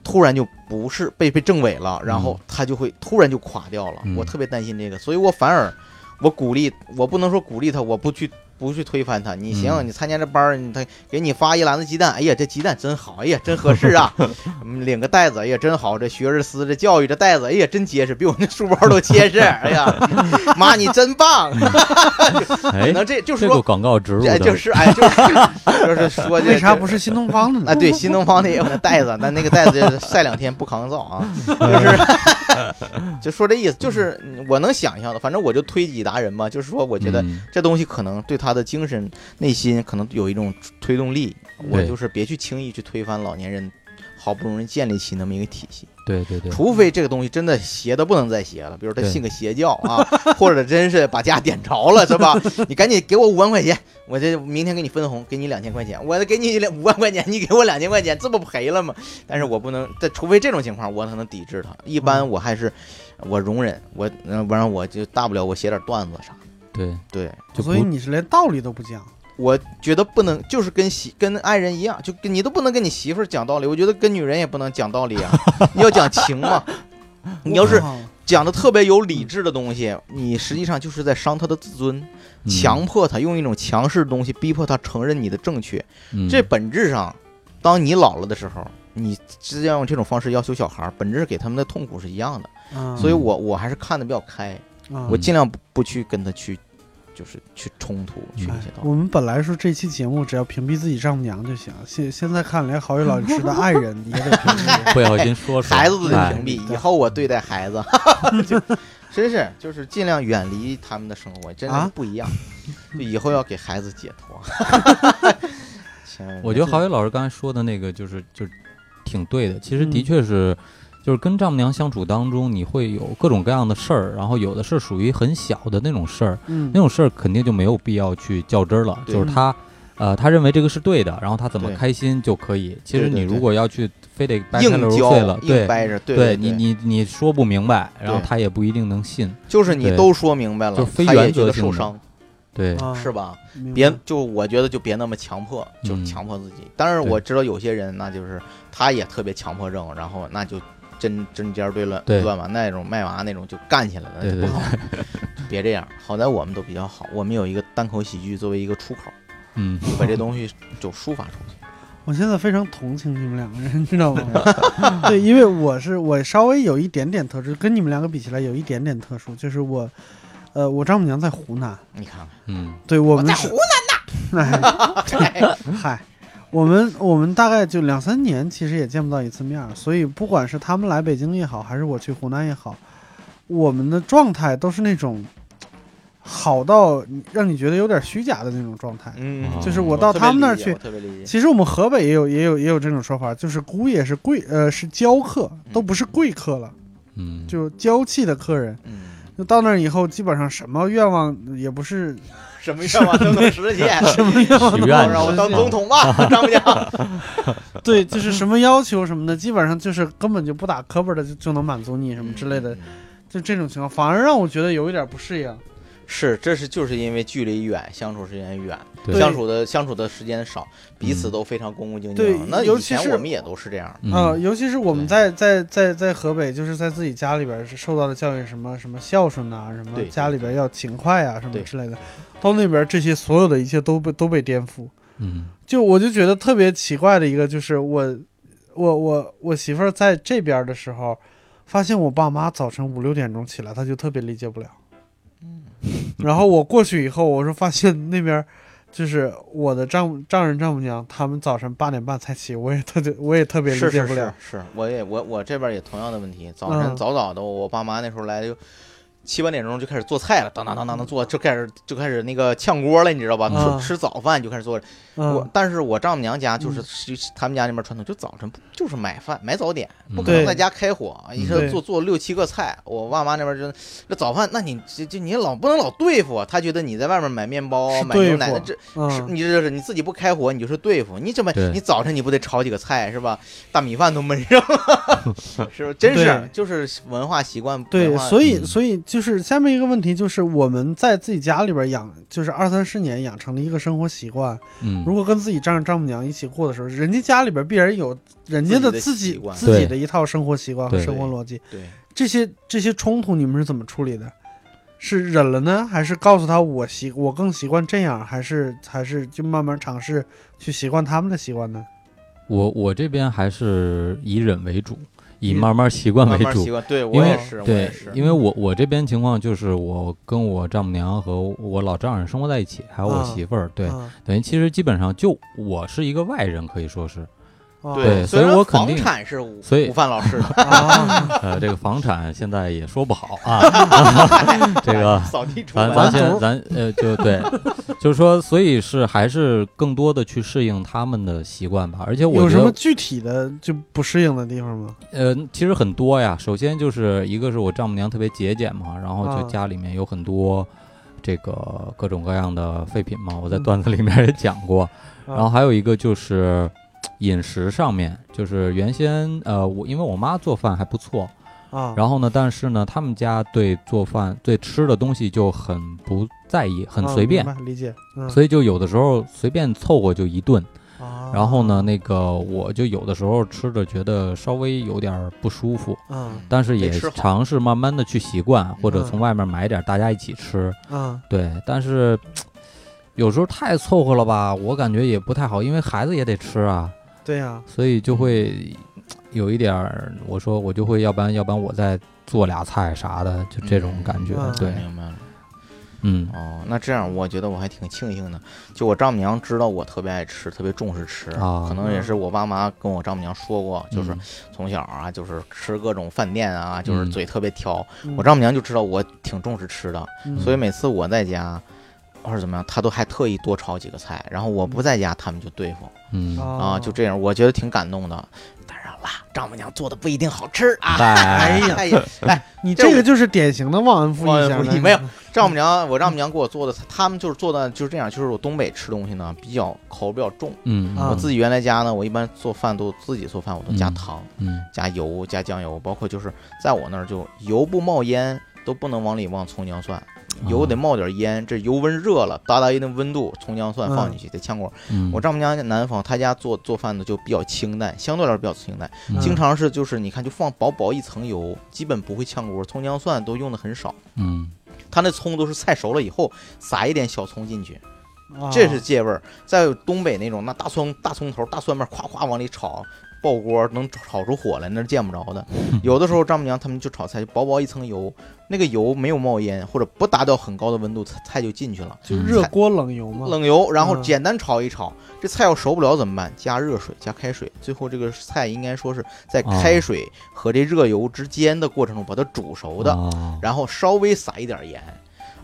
B: 突然就不是被被证伪了，然后他就会突然就垮掉了。
D: 嗯
B: 我特别担心这个，所以我反而我鼓励，我不能说鼓励他，我不去不去推翻它。你行，
D: 嗯
B: 你参加这班儿，你他给你发一篮子鸡蛋，哎呀，这鸡蛋真好，哎呀，真合适 啊。嗯领个袋子，哎呀，真好，这学而思，这教育，这袋子，哎呀，真结实，比我那书包都结 实。哎呀，妈，你真棒。可
D: 哎，
B: 能这就是
D: 这个
B: 说，
D: 广告植入
B: 哎，
D: 的，
B: 就是哎，就是就是 说这，
A: 为啥不是新 东 方的
B: 啊，
A: 呢？
B: 对，新东方的也有那袋子，但那个袋子晒两天不抗造 啊，就是 就说这意思，就是嗯我能想象的，反正我就推己达人嘛，就是说我觉得
D: 嗯
B: 这东西可能对他的精神内心可能有一种推动力，我
D: 对
B: 就是别去轻易去推翻老年人好不容易建立起那么一个体系，
D: 对对对，
B: 除非这个东西真的邪的不能再邪了，比如他
D: 对
B: 信个邪教啊， 或者真是把家点着了，是吧？ 你赶紧给我五万块钱，我这明天给你分红，给你两千块钱，我给你两五万块钱，你给我两千块钱，这不赔了吗？
D: 嗯
B: 但是我不能，但除非这种情况，我才能抵制他。一般我还是我容忍，我嗯，不然我就大不了我写点段子啥的。
D: 对，
B: 对，
D: 就
A: 所以
D: 不
A: 你是连道理都不讲，
B: 我觉得不能，就是跟媳跟爱人一样，就跟你都不能跟你媳妇儿讲道理，我觉得跟女人也不能讲道 理啊，你要讲情嘛。 你 要是
A: 哇
B: 讲的特别有理智的东西，你实际上就是在伤他的自尊，
D: 嗯
B: 强迫他用一种强势的东西逼迫他承认你的正确。
D: 嗯
B: 这本质上，当你老了的时候，你直接用这种方式要求小孩儿，本质给他们的痛苦是一样的。
A: 嗯
B: 所以我我还是看的比较开，
A: 嗯
B: 我尽量不不去跟他去，就是去冲突，去
A: 哎
B: 一些道理。
A: 我们本来说这期节目只要屏蔽自己丈母娘就行，现现在看连郝宇老师的爱人 也得屏蔽。
D: 不小心说出来
B: 孩子都得
D: 哎
B: 屏蔽，
A: 哎
B: 以后我对待孩子， 就真是就是尽量远离他们的生活，真的是
A: 啊
B: 不一样。就以后要给孩子解脱。 千万
D: 我觉得郝宇老师刚才说的那个就是就是挺对的，其实的
A: 嗯
D: 确是。就是跟丈母娘相处当中，你会有各种各样的事儿，然后有的是属于很小的那种事儿，
A: 嗯
D: 那，种事儿肯定就没有必要去较真儿了。
B: 对嗯
D: 就是他，呃，他认为这个是对的，然后他怎么
B: 对
D: 开心就可以。其实
B: 对对
D: 你
B: 对
D: 如果要去非得掰开
B: 硬
D: 了揉碎
B: 教
D: 了，
B: 硬
D: 对
B: 掰着，对对
D: 你你你说不明白，然后
B: 对
D: 他也不一定能信。
B: 就是你
D: 对
B: 都说明白了，
D: 就是非
B: 他也
D: 原
B: 觉
D: 则
B: 得
D: 性
B: 受
D: 的
B: 伤，
D: 对，
A: 啊
B: 是？吧？
A: 明白
B: 别就我觉得就别那么强迫，就是
D: 嗯
B: 强迫自己。当然
D: 对
B: 我知道有些人那就是他也特别强迫症，然后那就针针尖儿对乱
D: 对
B: 乱麻那种卖娃那种就干起来了，那
D: 对
B: 就不好。别这样，好在我们都比较好，我们有一个单口喜剧作为一个出口，
D: 嗯，
B: 把这东西就抒发出去。
A: 我现在非常同情你们两个人，你知道吗？ 对，因为我是我稍微有一点点特殊，跟你们两个比起来有一点点特殊，就是我，呃，我丈母娘在湖南，
B: 你看看，
D: 嗯，
A: 对我
B: 我在
A: 们
B: 湖
A: 是， 哎， 嗨，我们我们大概就两三年，其实也见不到一次面儿，所以不管是他们来北京也好，还是我去湖南也好，我们的状态都是那种好到让你觉得有点虚假的那种状态。
B: 嗯，
D: 哦
A: 就是我到
B: 特别
A: 他们那
B: 理
A: 儿
B: 解
A: 去
B: 我特 别理解。
A: 其实我们河北也有也有也有这种说法，就是姑爷是贵呃是娇客，
B: 嗯
A: 都不是贵客了，
D: 嗯，
A: 就娇气的客人。
B: 嗯，
A: 就到那儿以后，基本上什么愿望也不 是
B: 什么愿望都能实 现，什么
D: 许
B: 愿
D: 愿
B: 望让我当
D: 是吧
B: 总统吧，丈母娘。
A: 对，就是什么要求什么的，基本上就是根本就不打磕巴的就就能满足你什么之类的，
B: 嗯。
A: 就这种情况，反而让我觉得有一点不适应。
B: 是，这是就是因为距离远，相处时间远，
D: 对
B: 相处的相处的时间少，彼此
D: 嗯
B: 都非常恭恭敬敬。
A: 对
B: 那
A: 尤
B: 以
A: 其
B: 前
A: 是
B: 我们也都是这样。
D: 嗯
A: 呃，尤其是我们
B: 对
A: 在在在在河北，就是在自己家里边是受到的教育，什么什么孝顺呐、什么
B: 对
A: 家里边要勤快啊，什么
B: 对
A: 之类的，到那边这些所有的一切都被都被颠覆。
D: 嗯
A: 就我就觉得特别奇怪的一个，就是我我我我媳妇儿在这边的时候，发现我爸妈早晨五六点钟起来，她就特别理解不了。
B: 嗯
A: 然后我过去以后，我是发现那边就是我的丈丈人丈母娘，他们早晨八点半才起，我也特别我也特别理
B: 是
A: 解
B: 是
A: 不
B: 是
A: 了。
B: 是，我也我我这边也同样的问题，早晨
A: 嗯
B: 早早的，我爸妈那时候来就。七八点钟就开始做菜了，当当当当当做，就开始就开始那个炝锅了，你知道吧？
A: 嗯
B: 吃吃早饭就开始做。我
A: 嗯，
B: 但是我丈母娘家就是是他们家那边传统，就早晨不就是买饭买早点，不可
A: 对
B: 能在家开火，一下
A: 对
B: 做做六七个菜。我爸妈那边就这早饭，那你这这你老不能老对付啊，他觉得你在外面买面包
A: 是
B: 买牛
A: 对
B: 奶，
A: 付
B: 那这是
A: 嗯，
B: 你这是你自己不开火，你就是对付，你怎么
D: 对
B: 你早晨你不得炒几个菜是吧？大米饭都焖 上了，是吧？真是
A: 对
B: 就是文化习惯，
A: 对，
B: 文化
A: 所以
D: 嗯
A: 所以就是下面一个问题就是我们在自己家里边养，就是二三十年养成了一个生活习惯。
D: 嗯，
A: 如果跟自己丈人丈母娘一起过的时候，人家家里边必然有人家的
B: 自
A: 自
B: 己的习
A: 己
B: 惯
A: 自己
D: 对
A: 的一套生活习惯和
D: 对
A: 生活逻辑。
B: 对
A: 这些这些冲突你们是怎么处理的？是忍了呢，还是告诉他我习我更习惯这样，还是还是就慢慢尝试去习惯他们的习惯呢？
D: 我我这边还是以忍为主，以
A: 以
D: 慢慢习惯
B: 嗯慢
D: 为
B: 慢
D: 主
B: 习。惯。对我
D: 因为
B: 也是，我
D: 对
B: 也是，，
D: 因为我我这边情况就是我跟我丈母娘和我老丈人生活在一起，还有我
A: 啊
D: 媳妇儿，对，
A: 啊
D: 等于其实基本上就我是一个外人，可以 说是，
A: 啊
D: 对
B: 所
D: 所以
B: 说
D: 我肯
B: 房
D: 定
B: 产是午
D: 所以
B: 午饭老师的
A: 啊，
D: 呃，这个房产现在也说不好 啊， 这个
B: 扫地出
D: 咱
B: 门，
D: 咱
A: 完
D: 先
A: 犊
D: 咱呃就对，就是说，所以是还是更多的去适应他们的习惯吧，而且我
A: 有
D: 觉
A: 什么
D: 得
A: 具体的就不适应的地方吗？
D: 呃其实很多呀，首先就是一个是我丈母娘特别节俭嘛，然后
A: 啊
D: 就家里面有很多。这个各种各样的废品嘛，我在
A: 嗯
D: 段子里面也讲过，
A: 啊
D: 然后还有一个就是嘖饮食上面，就是原先呃，我因为我妈做饭还不错，
A: 啊，
D: 然后呢，但是呢，他们家对做饭对吃的东西就很不在意，很
A: 啊
D: 随便，
A: 明白理解，嗯，
D: 所以就有的时候随便凑合就一顿。
A: 啊
D: 然后呢，，那个我就有的时候吃着觉得稍微有点儿不舒服，
A: 嗯
D: 但是也
B: 得吃好
D: 尝试慢慢的去习惯，或者
A: 嗯
D: 从外面买点儿大家一起吃。
A: 嗯
D: 对，但是嘖有时候太凑合了吧，我感觉也不太好，因为孩子也得吃啊。
A: 对呀，
D: 所以就
B: 嗯
D: 会有一点儿，我说我就会，要不然要不然我再做俩菜啥的，就这种感觉。
A: 嗯
D: 对，
B: 明白了。
D: 嗯
B: 哦，那这样我觉得我还挺庆幸的，就我丈母娘知道我特别爱吃，特别重视吃，
D: 啊
B: 可
A: 嗯
B: 能也是我爸妈跟我丈母娘说过，就是
D: 嗯
B: 从小啊，就是吃各种饭店啊，就是
D: 嗯
B: 嘴特别挑，
A: 嗯
B: 我丈母娘就知道我挺重视吃的，
A: 嗯
B: 所以每次我在家。或者怎么样，她都还特意多炒几个菜，然后我不在家，他们就对付
D: 嗯，
B: 啊，就这样，我觉得挺感动的。当然啦，丈母娘做的不一定好吃啊。
D: 哎，
A: 哎呀
B: 哎呀，哎，
A: 你
B: 这
A: 这
B: 我
A: 个就是典型的忘恩负
B: 忘
A: 义
B: 恩
A: 型
B: 负
A: 的，
B: 义没有丈母娘，我丈母娘给我做的，他们就是做的就是这样，就是我东北吃东西呢比较口味比较重。
D: 嗯，
A: 啊
B: 我自己原来家呢，我一般做饭都自己做饭，我都加
D: 嗯
B: 糖、
D: 嗯
B: 加油、加酱油，包括就是在我那儿就油不冒烟，都不能往里忘葱姜蒜，
D: 哦
B: 油得冒点烟，这油温热了，达到一定温度，葱姜蒜放进去，得炝锅。
D: 嗯，
B: 我丈母娘在南方，她家做做饭的就比较清淡，相对来说比较清淡，
D: 嗯
B: 经常是就是你看就放薄薄一层油，基本不会炝锅，葱姜蒜都用的很少。
D: 嗯
B: 他那葱都是菜熟了以后撒一点小葱进去，
A: 哦
B: 这
A: 啊
B: 是借味儿。在东北那种，那大葱、大葱头、大蒜瓣儿，夸夸往里炒，爆锅能炒出火来，那是见不着的。有的时候丈母娘他们就炒菜，就薄薄一层油，那个油没有冒烟，或者不达到很高的温度，菜菜就进去了。
A: 就
D: 嗯
A: 热锅冷油嘛，
B: 冷油，然后
A: 嗯
B: 简单炒一炒，这菜要熟不了怎么办？加热水，加开水，最后这个菜应该说是在
D: 哦
B: 开水和这热油之间的过程中把它煮熟的。
D: 啊
B: 然后稍微撒一点盐。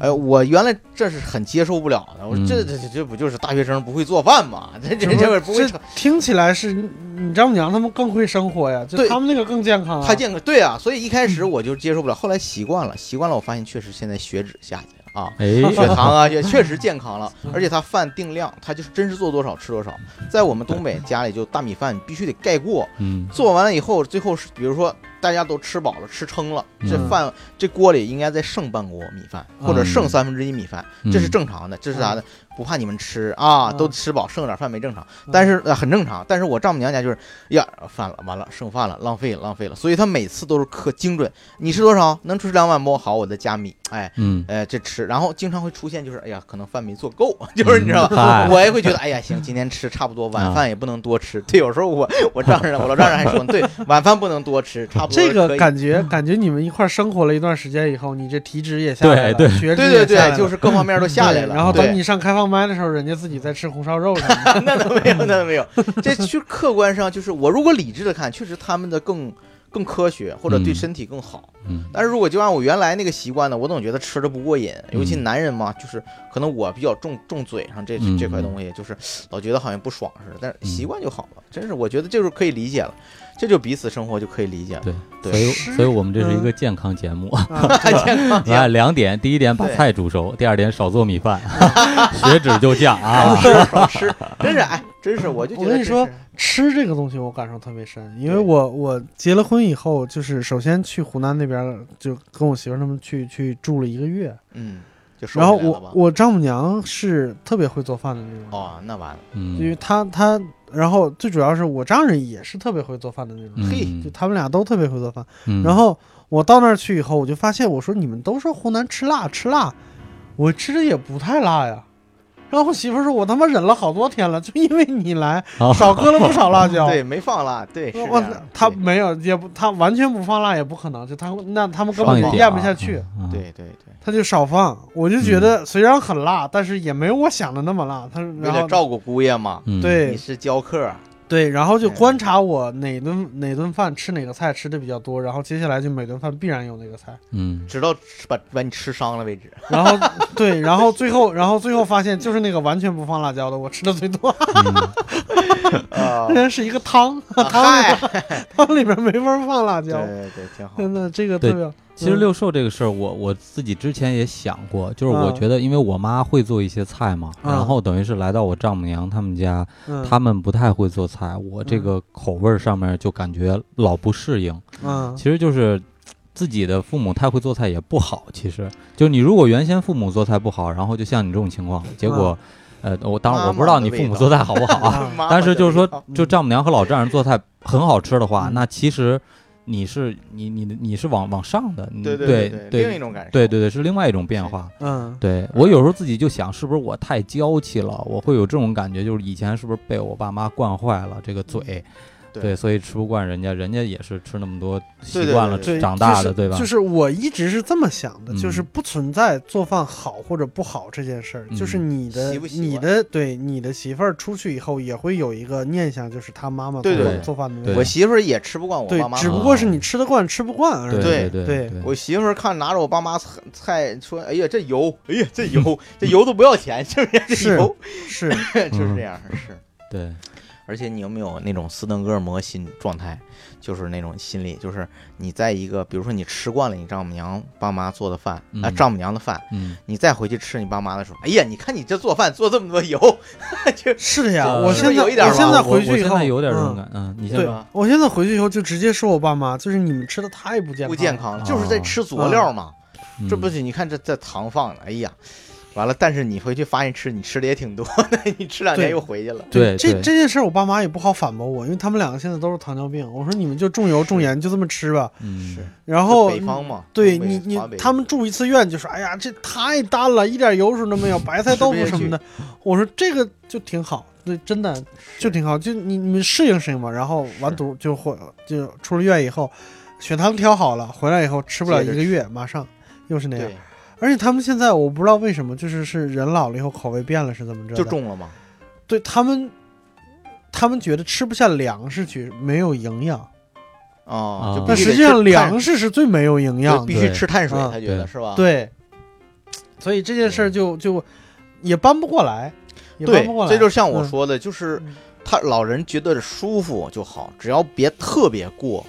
B: 哎，我原来这是很接受不了的，我说
D: 嗯
B: 这这这这不就是大学生不会做饭吗？这这
A: 这
B: 这不会
A: 这
B: 炒，
A: 听起来是你你丈母娘他们更会生活呀，就
B: 对
A: 他们那个更健康啊，
B: 太健康。对啊，所以一开
D: 嗯
B: 始我就接受不了，后来习惯了，习惯了，我发现确实现在血脂下去了啊，
D: 哎，
B: 血糖啊也确实健康了，
D: 嗯
B: 而且他饭定量，他就是真是做多少吃多少。在我们东北家里，就大米饭你必须得盖过，
D: 嗯
B: 做完了以后，最后是比如说大家都吃饱了，吃撑了，这
D: 嗯
B: 饭这锅里应该再剩半锅米饭，或者剩
D: 嗯
B: 三分之一米饭，这是
D: 嗯
B: 正常的，这是啥呢？不怕你们吃啊，
A: 嗯
B: 都吃饱，剩点饭没正常，但是、呃很正常。但是我丈母娘家就是呀，饭了，完了，剩饭了，浪费了，浪费了，所以她每次都是可精准，你吃多少？能吃两碗不？好，我再加米，哎。
D: 嗯
B: 呃，这吃，然后经常会出现，就是哎呀，可能饭没做够， 就是你知道吧
A: 嗯
D: 嗨？
B: 我也会觉得，哎 呀，行，今天吃差不多，晚
D: 啊
B: 饭也不能多吃。对，有时候我我丈人，我老丈人还说 呢，对，晚饭不能多吃，差不多
A: 这
B: 可
A: 个
B: 以
A: 感觉，感觉你们一块儿生活了一段时间以后，你这体脂也下来了，
D: 对
A: 血脂
B: 对
A: 也
B: 对
A: 下来了
B: 对，就是各方面都下来
A: 对
B: 了。
A: 然后
B: 对
A: 等你上开放麦的时候，人家自己在吃红烧肉什 么的
B: 那倒没有，那倒没有。这去客观上就是，我如果理智的看，确实他们的更更科学，或者对
D: 嗯
B: 身体更好。
D: 嗯
B: 但是如果就按我原来那个习惯呢，我总觉得吃的不过瘾，尤其
D: 嗯
B: 男人嘛，就是可能我比较重重嘴上这
D: 嗯
B: 这块东西，就是老觉得好像不爽似的。但是习惯就好了，真是我觉得这就是可以理解了，这就彼此生活就可以理解了。对嗯
D: 对，所以
A: 吃
D: 所以我们这是一个健康节目。
A: 啊，
B: 太 健康
D: 来
B: 了，
D: 两点，第一点把
B: 对
D: 菜煮熟，第二点少做米饭， 血脂就降
B: 少
D: 啊。
B: 吃少吃，真是哎，真是我就觉得
A: 我跟你
B: 真
A: 说
B: 是，
A: 吃这个东西我感受特别深，因为
B: 对
A: 我我结了婚以后，就是首先去湖南那边，就跟我媳妇儿他们去去住了一个月，
B: 嗯，就说
A: 然后
B: 起来了
A: 我
B: 吧。
A: 我丈母娘是特别会做饭的那种人，
B: 哦，那完了，
A: 因
D: 嗯
A: 为她她，然后最主要是我丈人也是特别会做饭的那种人，
B: 嘿
D: 嗯
A: 就他们俩都特别会做饭。
D: 嗯，
A: 然后我到那儿去以后，我就发现，我说你们都说湖南吃辣吃辣，我吃的也不太辣呀。然后我媳妇儿说：“我他妈忍了好多天了，就因为你来，
D: 啊，
A: 少搁了不少辣椒。
B: 哦 对，没放辣，对，是这
A: 我
B: 样的
A: 他
B: 对
A: 没有，也不他完全不放辣也不可能，就他那他们根
D: 放
A: 本
D: 一
A: 就
D: 点
A: 咽
D: 啊
A: 不下去，，
D: 嗯，
B: 对对对。
A: 他就少放。我就觉得虽然很辣，但是也没有我想的那么辣。他
B: 为
A: 然
B: 了
A: 后
B: 照顾姑爷嘛，
D: 嗯，
B: 你
A: 对
B: 是教客，
A: 对，然后就
B: 嗯
A: 观察我哪顿哪顿饭吃哪个菜吃的比较多，然后接下来就每顿饭必然有那个菜。
D: 嗯，
B: 直到吃把把你吃伤了为止。
A: 然后对，然后最后然后最后发现就是那个完全不放辣椒的，我吃的最多。
D: 嗯
B: 啊
A: 那 是一个啊汤，
B: 嗨，
A: 汤嗯里边没法放辣
B: 对
A: 椒。
B: 对对，挺好。
A: 真的，这个
D: 对
A: 特别
D: 其实
A: 嗯
D: 六兽这个事儿，我我自己之前也想过，就是我
A: 嗯
D: 觉得，因为我妈会做一些菜嘛，
A: 嗯
D: 然后等于是来到我丈母娘他们家，
A: 嗯，
D: 他们不太会做菜，我这
A: 嗯
D: 个口味儿上面就感觉老不适应。
A: 嗯
D: 其实就是自己的父母太会做菜也不好。其实就是你如果原先父母做菜不好，然后就像你这种情况，
B: 嗯
D: 结果，呃，我当然我不知道你父母做菜好不好 啊，
A: 啊
B: 妈妈
D: 但是就是说
B: 的味道，嗯
D: 就丈母娘和老丈人做菜很好吃的话，
A: 嗯
D: 那其实你是你你你是往往上的，你
B: 对
D: 对
B: 对
D: 对
B: 另一种感受，
D: 对对对，是另外一种变化。
A: 嗯
D: 对我有时候自己就想，是不是我太娇气了？我会有这种感觉，就是以前是不是被我爸妈惯坏了这个嘴，
B: 对
D: 所以吃不惯人家，人家也是吃那么多，
B: 对
D: 习
B: 对
D: 惯了
B: 对
A: 对，
D: 长
A: 就
D: 大的，
A: 是
D: 对吧
A: 就？是我一直是这么想的，
D: 嗯
A: 就是不存在做饭好或者不好这件事儿，
D: 嗯
A: 就是你的
B: 习不习惯
A: 你的对你的媳妇儿出去以后也会有一个念想，就是她妈妈
B: 对
A: 做
D: 对
A: 做饭的味
D: 对啊
A: 道
B: 我媳妇儿也吃不惯我爸妈
A: 对，只
B: 做
A: 不
B: 的。
A: 过是你吃得惯吃不惯而已。
D: 对
B: 对
D: 对
A: 对
D: 对，
B: 我媳妇儿看拿着我爸妈菜菜说：“哎呀，这油，哎呀，这油，这油都不要钱，是不是？这
A: 是
B: 油
A: 是，
B: 就是这样，是。
D: 对，
B: 嗯而且你有没有那种斯德哥尔摩心状态，就是那种心理，就是你在一个，比如说你吃惯了你丈母娘爸妈做的饭，啊、
D: 嗯
B: 丈母娘的饭，
D: 嗯，
B: 你再回去吃你爸妈的时候，哎呀，你看你这做饭做这么多油， 就是
A: 的呀，
D: 呃
A: 我现在
B: 有一点儿
A: 我
B: 吧
A: 现
D: 我
A: 在回
D: 我
A: 去以
D: 现
A: 后
D: 在有点这种
A: 嗯
D: 感，嗯，你先
A: 对
D: 说，
B: 吧，
A: 我现在回去以后就直接说我爸妈，就是你们吃的太不健康，
B: 不健。康了，
D: 啊
B: 就是在吃佐料嘛。
A: 啊
D: 嗯
B: 这不是你看这这糖放的，哎呀，完了，但是你回去发现吃你吃的也挺多的，你吃两天
A: 对
B: 又回去了。
D: 对
A: 这
D: 对
A: 这件事儿，我爸妈也不好反驳我，因为他们两个现在都是糖尿病。我说你们就重油重盐，就这么吃吧。
D: 嗯
B: 是
A: 然后
B: 北方嘛，
A: 对
B: 东北
A: 你你
B: 华北
A: 他们住一次院就说，哎呀，这太淡了，一点油水都没有， 白菜豆腐什么的。我说这个就挺好，对，真的就挺好，就你你们适应适应吧。然后完犊就回就出了院以后，血糖调好了，回来以后吃不了一
B: 接着
A: 个月，马上又是那样
B: 对。
A: 而且他们现在我不知道为什么，就是是人老了以后口味变了是怎么着的？
B: 就重了嘛，
A: 对他们，他们觉得吃不下粮食去没有营养，
B: 啊
D: 啊，
B: 就
A: 但
B: 必须
A: 实
B: 得
A: 际上
B: 吃碳
A: 粮食是最没有营
B: 就
A: 养的。
B: 必须
D: 对
B: 吃碳水，
A: 啊
B: 他觉得
D: 对
B: 是吧？
A: 对，所以这件事儿就就也搬不过来，也搬
B: 对
A: 不过，来。
B: 这就是像我
A: 嗯
B: 说的，就是
A: 嗯
B: 他老人觉得舒服就好，只要别特别过，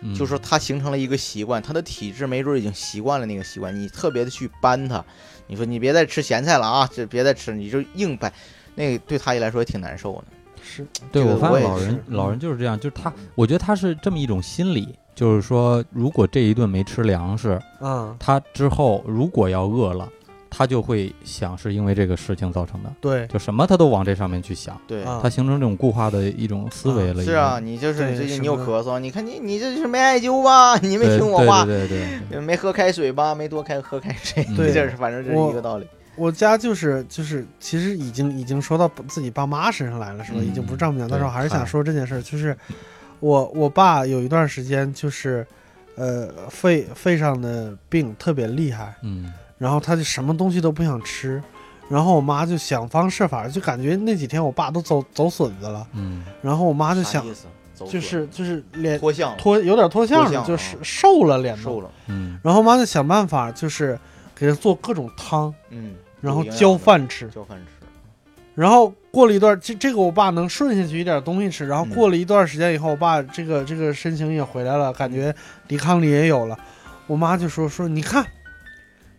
D: 嗯
B: 就是说他形成了一个习惯，他的体质没准已经习惯了那个习惯，你特别的去搬他，你说你别再吃咸菜了啊，这别再吃，你就硬掰，那个对他也来说也挺难受的。
A: 是
D: 对，
B: 这个
D: 我发
B: 我
D: 现
B: 也嗯
D: 老人
A: 是
D: 老人就是这样，就是他，我觉得他是这么一种心理，就是说，如果这一顿没吃粮食，
A: 嗯，
D: 他之后如果要饿了，他就会想是因为这个事情造成的，
A: 对，
D: 就什么他都往这上面去想，
B: 对，
A: 啊
D: 他形成这种固化的一种思维了。
B: 是啊，，你就是
A: 对
B: 最近
A: 什
B: 你又
A: 么
B: 咳嗽，你看你你这是没艾灸吧？你没
D: 对
B: 听我话，
D: 对对对对对，
B: 没喝开水吧？没多开喝开水，
D: 嗯
B: 这
A: 对
B: 事儿反正这是一个道理。
A: 我家就是就是，其实已经已经说到自己爸妈身上来了，是吧？
B: 嗯
A: 已经不是丈母娘，但是
D: 对
A: 我还是
D: 嗨
A: 想说这件事儿，就是我我爸有一段时间就是，呃，肺肺上的病特别厉害，
D: 嗯
A: 然后他就什么东西都不想吃，然后我妈就想方设法，就感觉那几天我爸都走走损子了，
D: 嗯
A: 然后我妈就
B: 啥
A: 想
B: 意，思走
A: 就
B: 左
A: 是就是脸
B: 脱相了
A: 脱有点脱相
B: 脱相
A: 了，
B: 了啊
A: 就是瘦了脸
B: 瘦
A: 都，
B: 了，
D: 嗯
A: 然后我妈就想办法，就是给他做各种汤，
B: 嗯，
A: 然后
B: 有营养
A: 浇
B: 的
A: 饭吃，
B: 浇饭吃，
A: 然后过了一段，这这个我爸能顺下去一点东西吃。然后
B: 嗯
A: 过了一段时间以后，我爸这个这个身形也回来了，感觉抵抗力也有了。我妈就说说你看，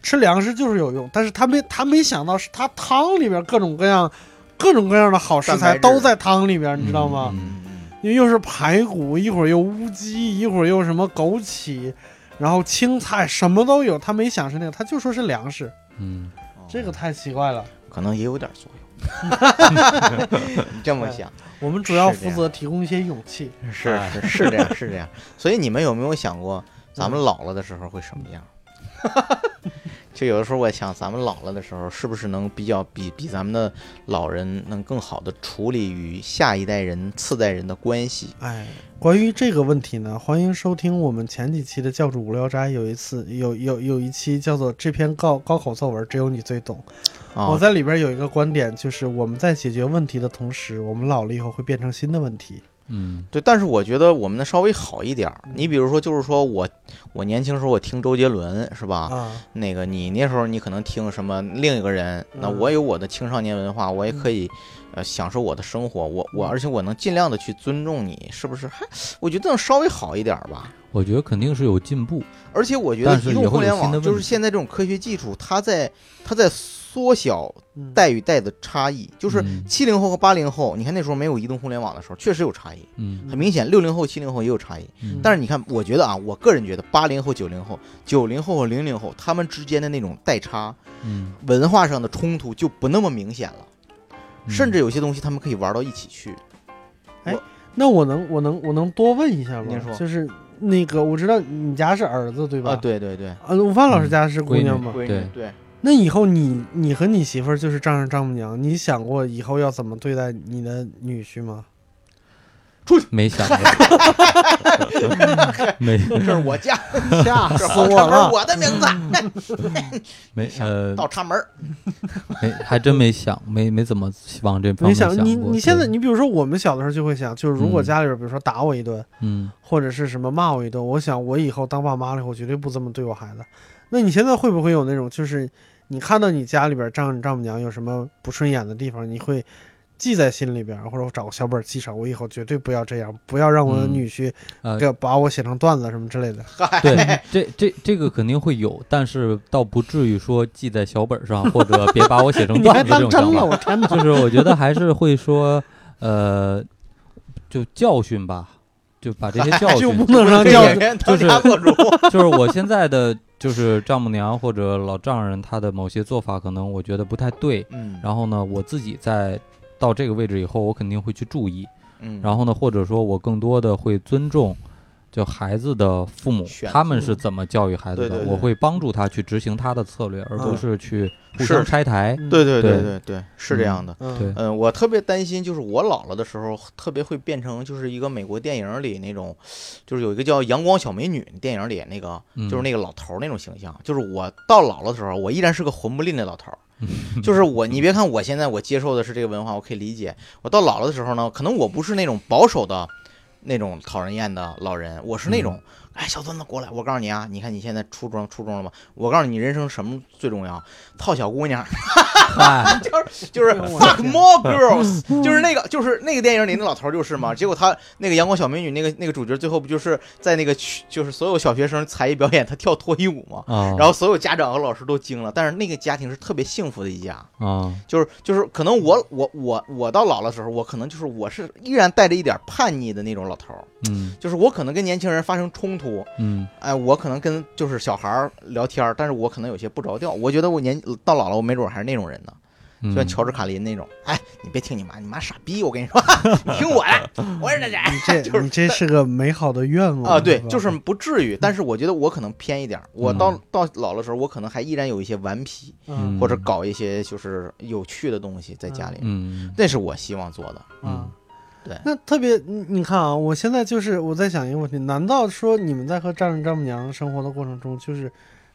A: 吃粮食就是有用，但是他没他没想到是他汤里边各种各样。各种各样的好食
B: 蛋白
A: 材
B: 质
A: 都在汤里边，你知道吗？
D: 嗯
B: 嗯
A: 因为又是排骨，一会儿又乌鸡，一会儿又什么枸杞，然后青菜，什么都有。他没想是那个，他就说是粮食，
B: 嗯，
D: 嗯，
B: 哦
A: 这个太奇怪了。
B: 可能也有点作 用。 你这么想
A: 我们主要
B: 是这
A: 负责提供一些勇气。嗯
B: 是是是这样是这样，所以你们有没有想过，咱们老了的时候会什么样？ 就有的时候我想，咱们老了的时候，是不是能比较比比咱们的老人能更好的处理与下一代人、次代人的关系？
A: 哎，关于这个问题呢，欢迎收听我们前几期的教主无聊斋，有一次有有有一期叫做“这篇高高考作文只有你最懂”，
B: 啊、
A: 我在里边有一个观点，就是我们在解决问题的同时，我们老了以后会变成新的问题。
D: 嗯
B: 对，但是我觉得我们的稍微好一点儿。你比如说，就是说我我年轻时候我听周杰伦是吧？
A: 啊，
B: 那个你那时候你可能听什么另一个人，那
A: 嗯
B: 我有我的青少年文化，我也可
D: 嗯
B: 以，呃，享受我的生活，我我
A: 嗯
B: 而且我能尽量的去尊重你，是不是？还我觉得能稍微好一点儿吧。
D: 我觉得肯定是有进步。
B: 而且我觉得
D: 但是
B: 移动
D: 也会
B: 互
D: 有
B: 联
D: 新
B: 网
D: 的
B: 就是
D: 问题
B: 现在这种科学技术，它在它在缩小
A: 嗯
B: 代与代的差异，就是
D: 嗯
B: 七零后和八零后，你看那时候没有移动互联网的时候，确实有差异，
D: 嗯，
B: 很明显。六零后、七零后也有差异，
D: 嗯
B: 但是你看，我觉得啊，我个人觉得八零后、九零后、九零后和零零后他们之间的那种代差、
D: 嗯，
B: 文化上的冲突就不那么明显了，
D: 嗯
B: 甚至有些东西他们可以玩到一起去。
A: 那我能我能我能多问一下
B: 您说
A: 吗？就是那个我知道你家是儿子对吧？
B: 啊，。对对对，
A: 呃，午饭老师家是姑娘吗？
B: 闺
D: 对
B: 女对，
A: 那以后你你和你媳妇儿就是丈人丈母娘，你想过以后要怎么对待你的女婿吗？
D: 没想 过，没
B: 这是我 家，
A: 吓
B: 这
A: 死
B: 后
A: 我
B: 插门
A: 了！
B: 我的名字，
D: 没呃
B: 倒插门儿。
D: 没还真没想没没怎么往这方
A: 你
D: 面
A: 想
D: 过。
A: 你你现在
D: 对
A: 你比如说我们小的时候就会想，就是如果
D: 嗯
A: 家里边比如说打我一顿，
D: 嗯
A: 或者是什么骂我一顿，我想我以后当爸妈了以后绝对不这么对我孩子。那你现在会不会有那种就是你看到你家里边丈丈母娘有什么不顺眼的地方，你会记在心里边，或者我找个小本儿记上，我以后绝对不要这样，不要让我的
D: 嗯
A: 女婿
D: 呃
A: 给把我写成段子什么之类的。
D: 对，这这这个肯定会有，但是倒不至于说记在小本儿上，或者别把我写成
A: 你还
D: 段子
A: 当
D: 这种
A: 真
D: 想
A: 了？
D: 法。
A: 我天哪！
D: 就是我觉得还是会说，呃，就教训吧，就把这些教
A: 就
D: 训
A: 不，能让
B: 这
A: 教
B: 个
A: 训
B: 人当
D: 就是
B: 家做主，
D: 就是我现在的就是丈母娘或者老丈人他的某些做法，可能我觉得不太对。
B: 嗯
D: 然后呢，我自己在到这个位置以后，我肯定会去注意。
B: 嗯，
D: 然后呢，或者说我更多的会尊重，就孩子的父母
B: 选，
D: 他们是怎么教育孩子的，
B: 对对对
D: 我会帮助他去执行他的策略，而不
A: 嗯
D: 是去互
B: 是
D: 相拆台。
A: 嗯
B: 对对对
D: 对
B: 对对，是这样的。
A: 嗯
D: 对
B: 嗯，我特别担心，就是我老了的时候，特别会变成就是一个美国电影里那种，就是有一个叫《阳光小美女》电影里那个，
D: 嗯
B: 就是那个老头儿那种形象。就是我到老了的时候，我依然是个混不吝的老头儿。就是我，你别看我现在我接受的是这个文化，我可以理解。我到老了的时候呢，可能我不是那种保守的。那种讨人厌的老人，我是那种，哎，小孙子过来，我告诉你啊，你看你现在初中初中了吧？我告诉你，人生什么最重要？套小姑娘，
D: 嗨
B: 就是就是
A: 哎呦 我的
B: fuck
A: 天
B: more girls，就是那个就是那个电影里那老头儿就是嘛。结果他那个阳光小美女那个那个主角最后不就是在那个区就是所有小学生才艺表演他跳脱衣舞嘛？
D: 啊，
B: 然后所有家长和老师都惊了，但是那个家庭是特别幸福的一家，
D: 啊，
B: 就是就是可能我我我我到老的时候，我可能就是我是依然带着一点叛逆的那种老头儿，
D: 嗯
B: 就是我可能跟年轻人发生冲突，
D: 嗯
B: 哎，我可能跟就是小孩儿聊天儿，但是我可能有些不着调，我觉得我年呃到老了，我没准儿还是那种人呢。
D: 嗯，
B: 就像乔治卡林那种，哎，你别听你妈，你妈傻逼，我跟你说， 你听我的，我是这家
A: 你 这你这是个美好的愿望
B: 啊，对，
A: 吧嗯
B: 就是不至于，但是我觉得我可能偏一点儿，我到到老的时候，我可能还依然有一些顽皮，
A: 嗯
B: 或者搞一些就是有趣的东西在家里，
D: 嗯
B: 那是我希望做的。
A: 啊
D: 嗯，
B: 对
A: 那特别你你看啊，我现在就是我在想一个问题：难道说你们在和丈人丈母娘生活的过程中，就是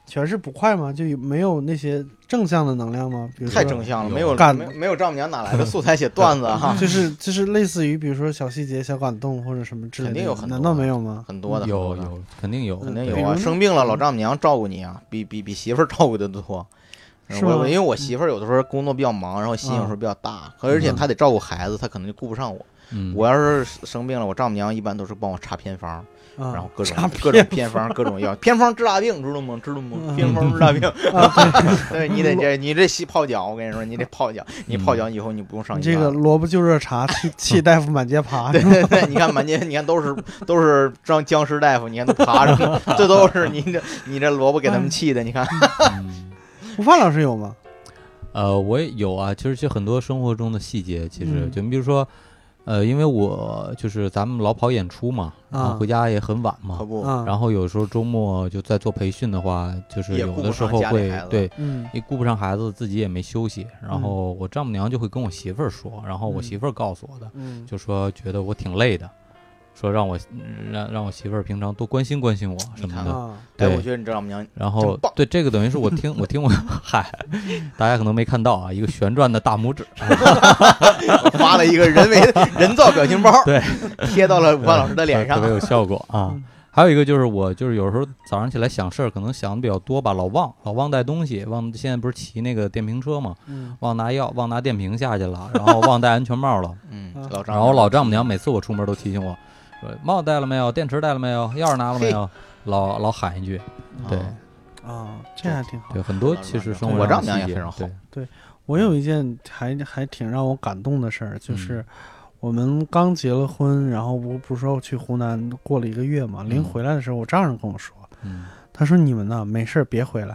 A: 全是不快吗？就有没有那些正向的能量吗？比如说
B: 太正向了，没有
A: 干
B: 没有没有丈母娘哪来的素材写段子 啊哈？
A: 就是就是类似于比如说小细节、小感动或者什么之类的，
B: 肯定有很多
A: 难道没有吗？
B: 很多的，
D: 有
B: 很多的，
D: 有肯定有，
B: 肯定
A: 对
B: 有
A: 比如
B: 啊！
A: 呢
B: 生病了，老丈母娘照顾你啊，比比比媳妇儿照顾的多。
A: 是
B: 我
A: 吗
B: 我因为我媳妇儿有的时候工作比较忙，然后心有时候比较大，可而且
A: 嗯
B: 她得照顾孩子，她可能就顾不上我。
D: 嗯
B: 我要是生病了，我丈母娘一般都是帮我查偏方，
A: 啊，
B: 然后各种
A: 查
B: 各种偏方，各种药，偏方治大病，知道吗？知道吗？
A: 嗯
B: 偏方治大病，
A: 啊，
B: 对你得这你这洗泡脚，我跟你说，你得泡脚，你泡脚以后你不用
A: 对，
B: 上
A: 你
B: 医院
A: 嗯这个
B: 了。
A: 萝卜就热茶， 气气大夫满街爬，
B: 对对对，你看满街，你看都是都是张僵尸大夫，你看都爬上了， 这都是你这你这萝卜给他们气的，你看，
D: 嗯
A: 吴范老师有吗？
D: 呃，我也有啊，其实就很多生活中的细节，其实
A: 嗯
D: 就你比如说，呃，因为我就是咱们老跑演出嘛，然
A: 啊
D: 后回家也很晚嘛
B: 可，不，
A: 啊，
D: 然后有时候周末就在做培训的话，就是
B: 也
D: 有
B: 顾
D: 的
B: 不
D: 时
B: 上
D: 候
B: 家里
D: 会
B: 孩子
D: 对。
A: 嗯
D: 也顾不上孩子，自己也没休息，然
A: 嗯
D: 后我丈母娘就会跟我媳妇儿说，然后
B: 嗯
D: 我媳妇儿告诉我的，
A: 嗯，
D: 就说觉得我挺累的，说让我嗯让让我媳妇儿平常多关心关心我什么
B: 看
D: 的。
A: 啊，
B: 哎，
D: 对
B: 我觉得你丈母娘
D: 然后
B: 真棒
D: 对这个等于是我听我听我 嗨，大家可能没看到啊，一个旋转的大拇 指，
B: 发了一个人 为人造表情包，
D: 对，
B: 贴到了吴凡老师的脸
D: 特
B: 上嗯
D: 别。有效果 啊。还有一个就是我就是有时候早上起来想事儿，可能想的比较多吧，老忘老忘带东西，忘现在不是骑那个电瓶车嘛，
A: 嗯
D: 忘拿药，忘拿电瓶下去了，然后忘戴安全帽了，
B: 嗯
A: 啊，
B: 老丈
D: 然后我老丈母娘每次我出门都提醒我，说帽子戴了没有，电池带了没有，钥匙拿了没有，老老喊一句。对
B: 啊
A: 啊，这还挺好。
D: 对，很多
B: 老
D: 其实
B: 丈
D: 生
B: 母
D: 活
B: 我丈母
D: 上的
B: 娘也
D: 细节
B: 非常好
D: 对
A: 我有一件还还挺让我感动的事儿，就
D: 嗯
A: 是我们刚结了婚，然后不不是说去湖南过了一个月嘛，临
D: 嗯
A: 回来的时候，我丈人跟我说，
D: 嗯
A: 他说你们呐没事儿别回来。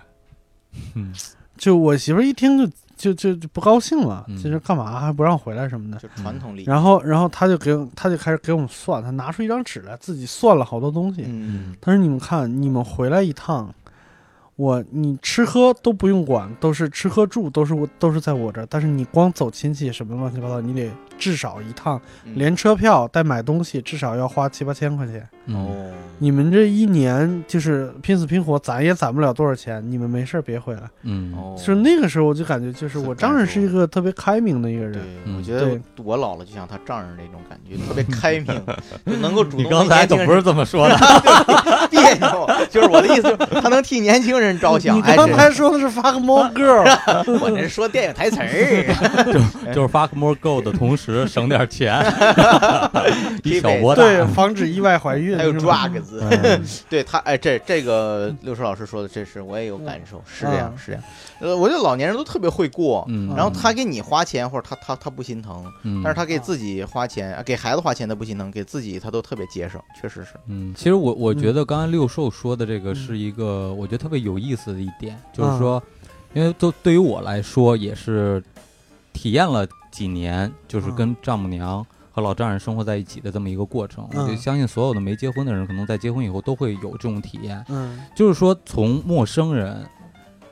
D: 嗯
A: 就我媳妇儿一听就就就就不高兴了，
D: 嗯
A: 就是干嘛还不让回来什么的。
B: 就传统礼仪，
A: 嗯然后，然后他就给我，他就开始给我们算，他拿出一张纸来，自己算了好多东西。
B: 嗯，
A: 他说：“你们看，你们回来一趟，我你吃喝都不用管，都是吃喝住都是我都是在我这儿。但是你光走亲戚什么乱七八糟，你得至少一趟，
B: 嗯
A: 连车票带买东西至少要花七八千块钱。
D: 嗯
B: 哦，
A: 你们这一年就是拼死拼活，攒也攒不了多少钱。你们没事儿别回来。
D: 嗯
B: 哦
A: 就是那个时候，我就感觉就是
B: 是
A: 我
B: 感
A: 丈人
B: 受
A: 是一个特别开明的一个
B: 对
A: 人。，
D: 嗯
B: 我觉得
A: 对
B: 我老了就像他丈人那种感 觉，特别开明，就能够主动。
D: 你刚才可不是这么 说的，
B: 别扭，就是我的意思，就是他能替年轻人着想。
A: 你
B: 哎，
A: 刚
B: 这
A: 才说的是发个 猫 girl，
B: 我这说电影台 词儿，
D: 就是 fuck more go 的同时省 点钱， 一小博大。
A: 对，防止意外怀孕。
B: 还有
A: 是吧
B: drugs，
D: 嗯
B: 对他，哎，这这个六叔老师说的，这是我也有感受，是这样，
A: 嗯
B: 是这样。呃，我觉得老年人都特别会过，
D: 嗯，
B: 然后他给你花钱，或者他他他不心疼，
D: 嗯，
B: 但是他给自己花钱，啊给孩子花钱他不心疼，给自己他都特别节省，确实是。
D: 嗯，其实我我
A: 嗯
D: 觉得刚才六兽说的这个
A: 嗯
D: 是一个我觉得特别有意思的一点，就
A: 嗯
D: 是说，因为都对于我来说也是体验了几年，就是
A: 嗯
D: 跟丈母娘和老丈人生活在一起的这么一个过程。我就
A: 嗯
D: 相信所有的没结婚的人，可能在结婚以后都会有这种体验，
A: 嗯，
D: 就是说从陌生人。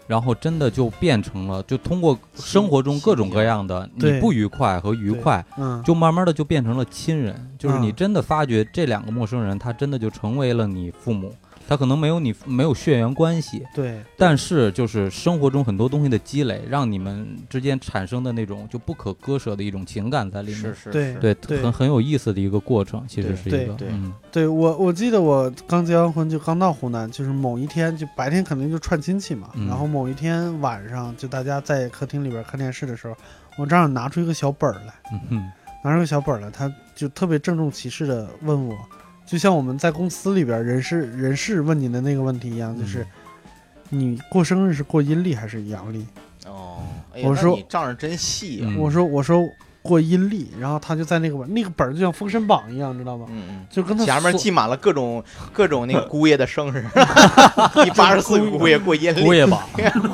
D: 然后真的就变成了，就通过生活中
B: 亲
D: 各种
B: 亲
D: 各样的你
A: 对
D: 不愉快和愉
A: 对
D: 快，
A: 嗯，
D: 就慢慢的就变成了亲人，就是你
A: 嗯
D: 真的发觉这两个陌生人，他真的就成为了你父母，他可能没有你没有血缘关系，
A: 对，
D: 但是就是生活中很多东西的积累，让你们之间产生的那种就不可割舍的一种情感在里面，
B: 是
A: 对
D: 对，
A: 对
D: 很很有意思的一个过程，其实是一个，
B: 对对
D: 嗯
A: 对我，我记得我刚结完婚就刚到湖南，就是某一天就白天肯定就串亲戚嘛，
D: 嗯
A: 然后某一天晚上就大家在客厅里边看电视的时候，我丈人拿出一个小本儿来，
D: 嗯哼
A: 拿出个小本儿来，他就特别郑重其事的问我，就像我们在公司里边人事人事问你的那个问题一样，就是
D: 嗯
A: 你过生日是过阴历还是阳历？
B: 哦，哎呀
A: 我
B: 那
A: 说
B: 你丈人真细啊，
D: 嗯
A: 我说我说过阴历，然后他就在那个本那个本儿就像《封神榜》一样，知道吗？
B: 嗯
A: 就跟
B: 嗯，
A: 他
B: 前面
A: 说
B: 记满了各种各种那个姑爷的生日， 第八十四个姑爷过阴历，
D: 姑爷吧，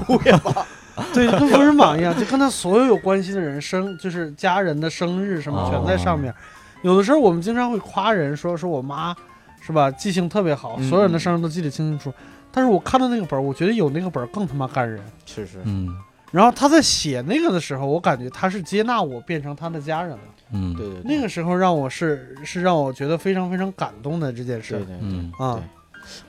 B: 姑爷吧，
A: 对，就跟封神榜一样，就跟他所有有关系的人生，就是家人的生日什么
B: 哦
A: 全在上面。有的时候我们经常会夸人说说我妈是吧，记性特别好，
B: 嗯
A: 所有人的生日都记得清清楚。楚。但是我看到那个本儿，我觉得有那个本儿更他妈干人。
B: 是是，
D: 嗯
A: 然后他在写那个的时候，我感觉他是接纳我变成他的家人了。
D: 嗯，
B: 对对对，
A: 那个时候让我是是让我觉得非常非常感动的这件事
B: 对
A: 儿
B: 对对。
D: 嗯
A: 啊，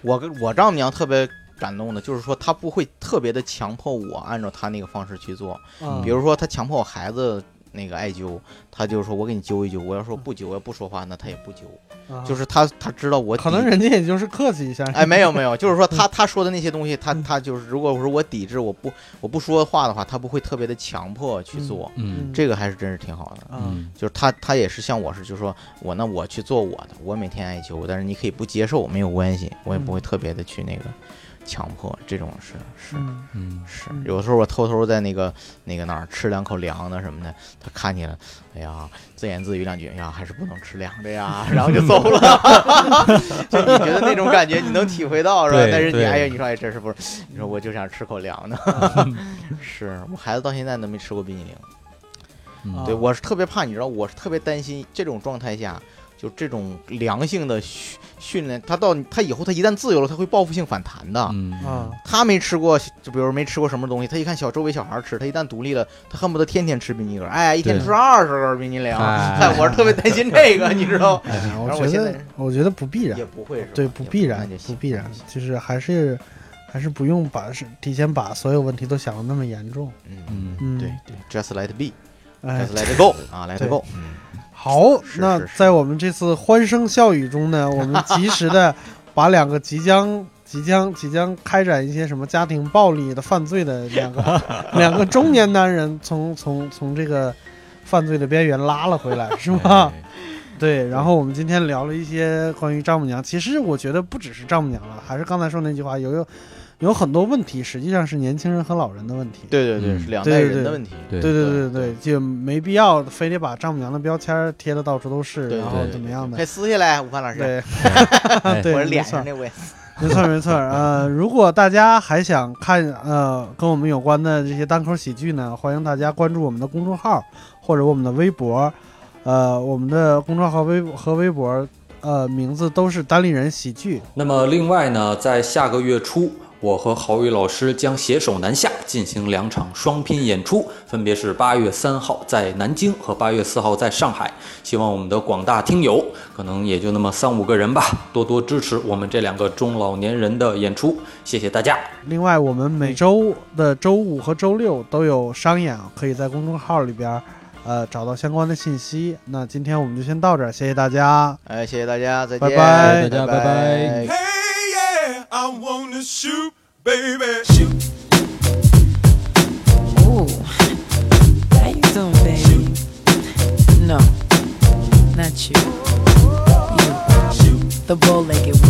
B: 我跟我丈母娘特别感动的，就是说她不会特别的强迫我按照她那个方式去做。
A: 啊
B: 比如说她强迫我孩子那个艾灸，她就说我给你灸一灸。我要
A: 嗯
B: 说不灸，我要不说话，那她也不灸。
A: 啊
B: 就是她她知道我
A: 可能
B: 抵。
A: 人嗯家也就是客气一下，
B: 哎，没有没有，就是说她她说的那些东西，她
A: 嗯
B: 她就是，如果说我抵制，我不我不说话的话，她不会特别的强迫去做，
D: 嗯
B: 这个还是真是挺好的。
A: 啊
D: 嗯
B: 就是她她也是像我是，就是说我那我去做我的，我每天艾灸，但是你可以不接受，没有关系，我也
A: 嗯
B: 不会特别的去那个强迫，这种是是
A: 嗯
D: 嗯
B: 是
A: 嗯，
B: 有的时候我偷偷在那个那个哪儿吃两口凉的什么的，他看见了，哎呀，自言自语两句，哎呀，还是不能吃凉的 呀，然后就走了。 就你觉得那种感觉，你能体会到是吧？
D: 对
B: 但是你
D: 对
B: 哎呀，你说哎，这是不是？你说
D: 哦
B: 我就想吃口凉的，是我孩子到现在都没吃过冰激凌。
D: 嗯
B: 对
A: 啊
B: 我是特别怕，你知道，我是特别担心这种状态下，就这种良性的训训练，他到他以后他一旦自由了，他会报复性反弹的。
D: 嗯
A: 啊，
B: 他没吃过，就比如没吃过什么东西，他一看小周围小孩儿吃，他一旦独立了，他恨不得天天吃冰激凌，哎，一天
D: 对
B: 吃二十根冰激凌，
D: 哎
B: 哎，我是特别担心这 个，你知道吗？
A: 哎呀，
B: 而
A: 我
B: 我
A: 觉
B: 现
A: 得
B: 在
A: 我觉得不必然
B: 也，不会是吧，
A: 对，
B: 也
A: 不必然
B: 那就，
A: 不
B: 行
A: 必然
B: 那就
A: 就
B: 行，
A: 是还是还是不用把是提前把所有问题都想的那么严重。
B: 嗯，
D: 嗯，
A: 嗯，
B: 对对，just let it be，just
A: 哎，
B: let it go 啊，let
A: 对
B: it go，
A: 好，
B: 是
A: 那
B: 是是
A: 在我们这次欢声笑语中呢，我 们及时的把两个即将、即将、即将开展一些什么家庭暴力的犯罪的两个 两个中年男人从，从从这个犯罪的边缘拉了回来，
D: 嗯
A: 是吧？
B: 哎
A: 对。然后我们今天聊了一些关于丈母娘，其实我觉得不只是丈母娘了，还是刚才说那句话，有有有很多问题，实际上是年轻人和老人的问题。
B: 对对对，
D: 嗯
B: 是两
A: 对
B: 代
A: 对
B: 人的
A: 对
B: 问题，
D: 对
A: 对对对
B: 对
A: 对，就没必要非得把丈母娘的标签儿贴的到处都是，
B: 对
A: 然后
B: 对对
A: 怎么
B: 对
A: 样的
B: 快。撕下来，武汉老师，
A: 对，
D: 哎
A: 对，
B: 我
A: 没
B: 脸
A: 错
B: 上，那位，
A: 没错，没错。呃，如果大家还想看呃跟我们有关的这些单口喜剧呢，欢迎大家关注我们的公众号或者我们的微博。呃，我们的公众号、微博和微博，呃，名字都是单立人喜剧。
E: 那么另外呢，在下个月初，我和郝宇老师将携手南下进行两场双拼演出，分别是八月三号在南京和八月四号在上海。希望我们的广大听友，可能也就那么三五个人吧，多多支持我们这两个中老年人的演出，谢谢大家。
A: 另外，我们每周的周五和周六都有商演，可以在公众号里边，呃，找到相关的信息。那今天我们就先到这儿，谢谢大家。
B: 哎，谢谢大家，再
A: 拜
B: 见，
A: 拜
D: 大家拜拜
F: Hey, yeah, I wanna shoot, baby. Shoot,
G: Ooh. How you doing, baby? No, not you. You, the bow-legged one.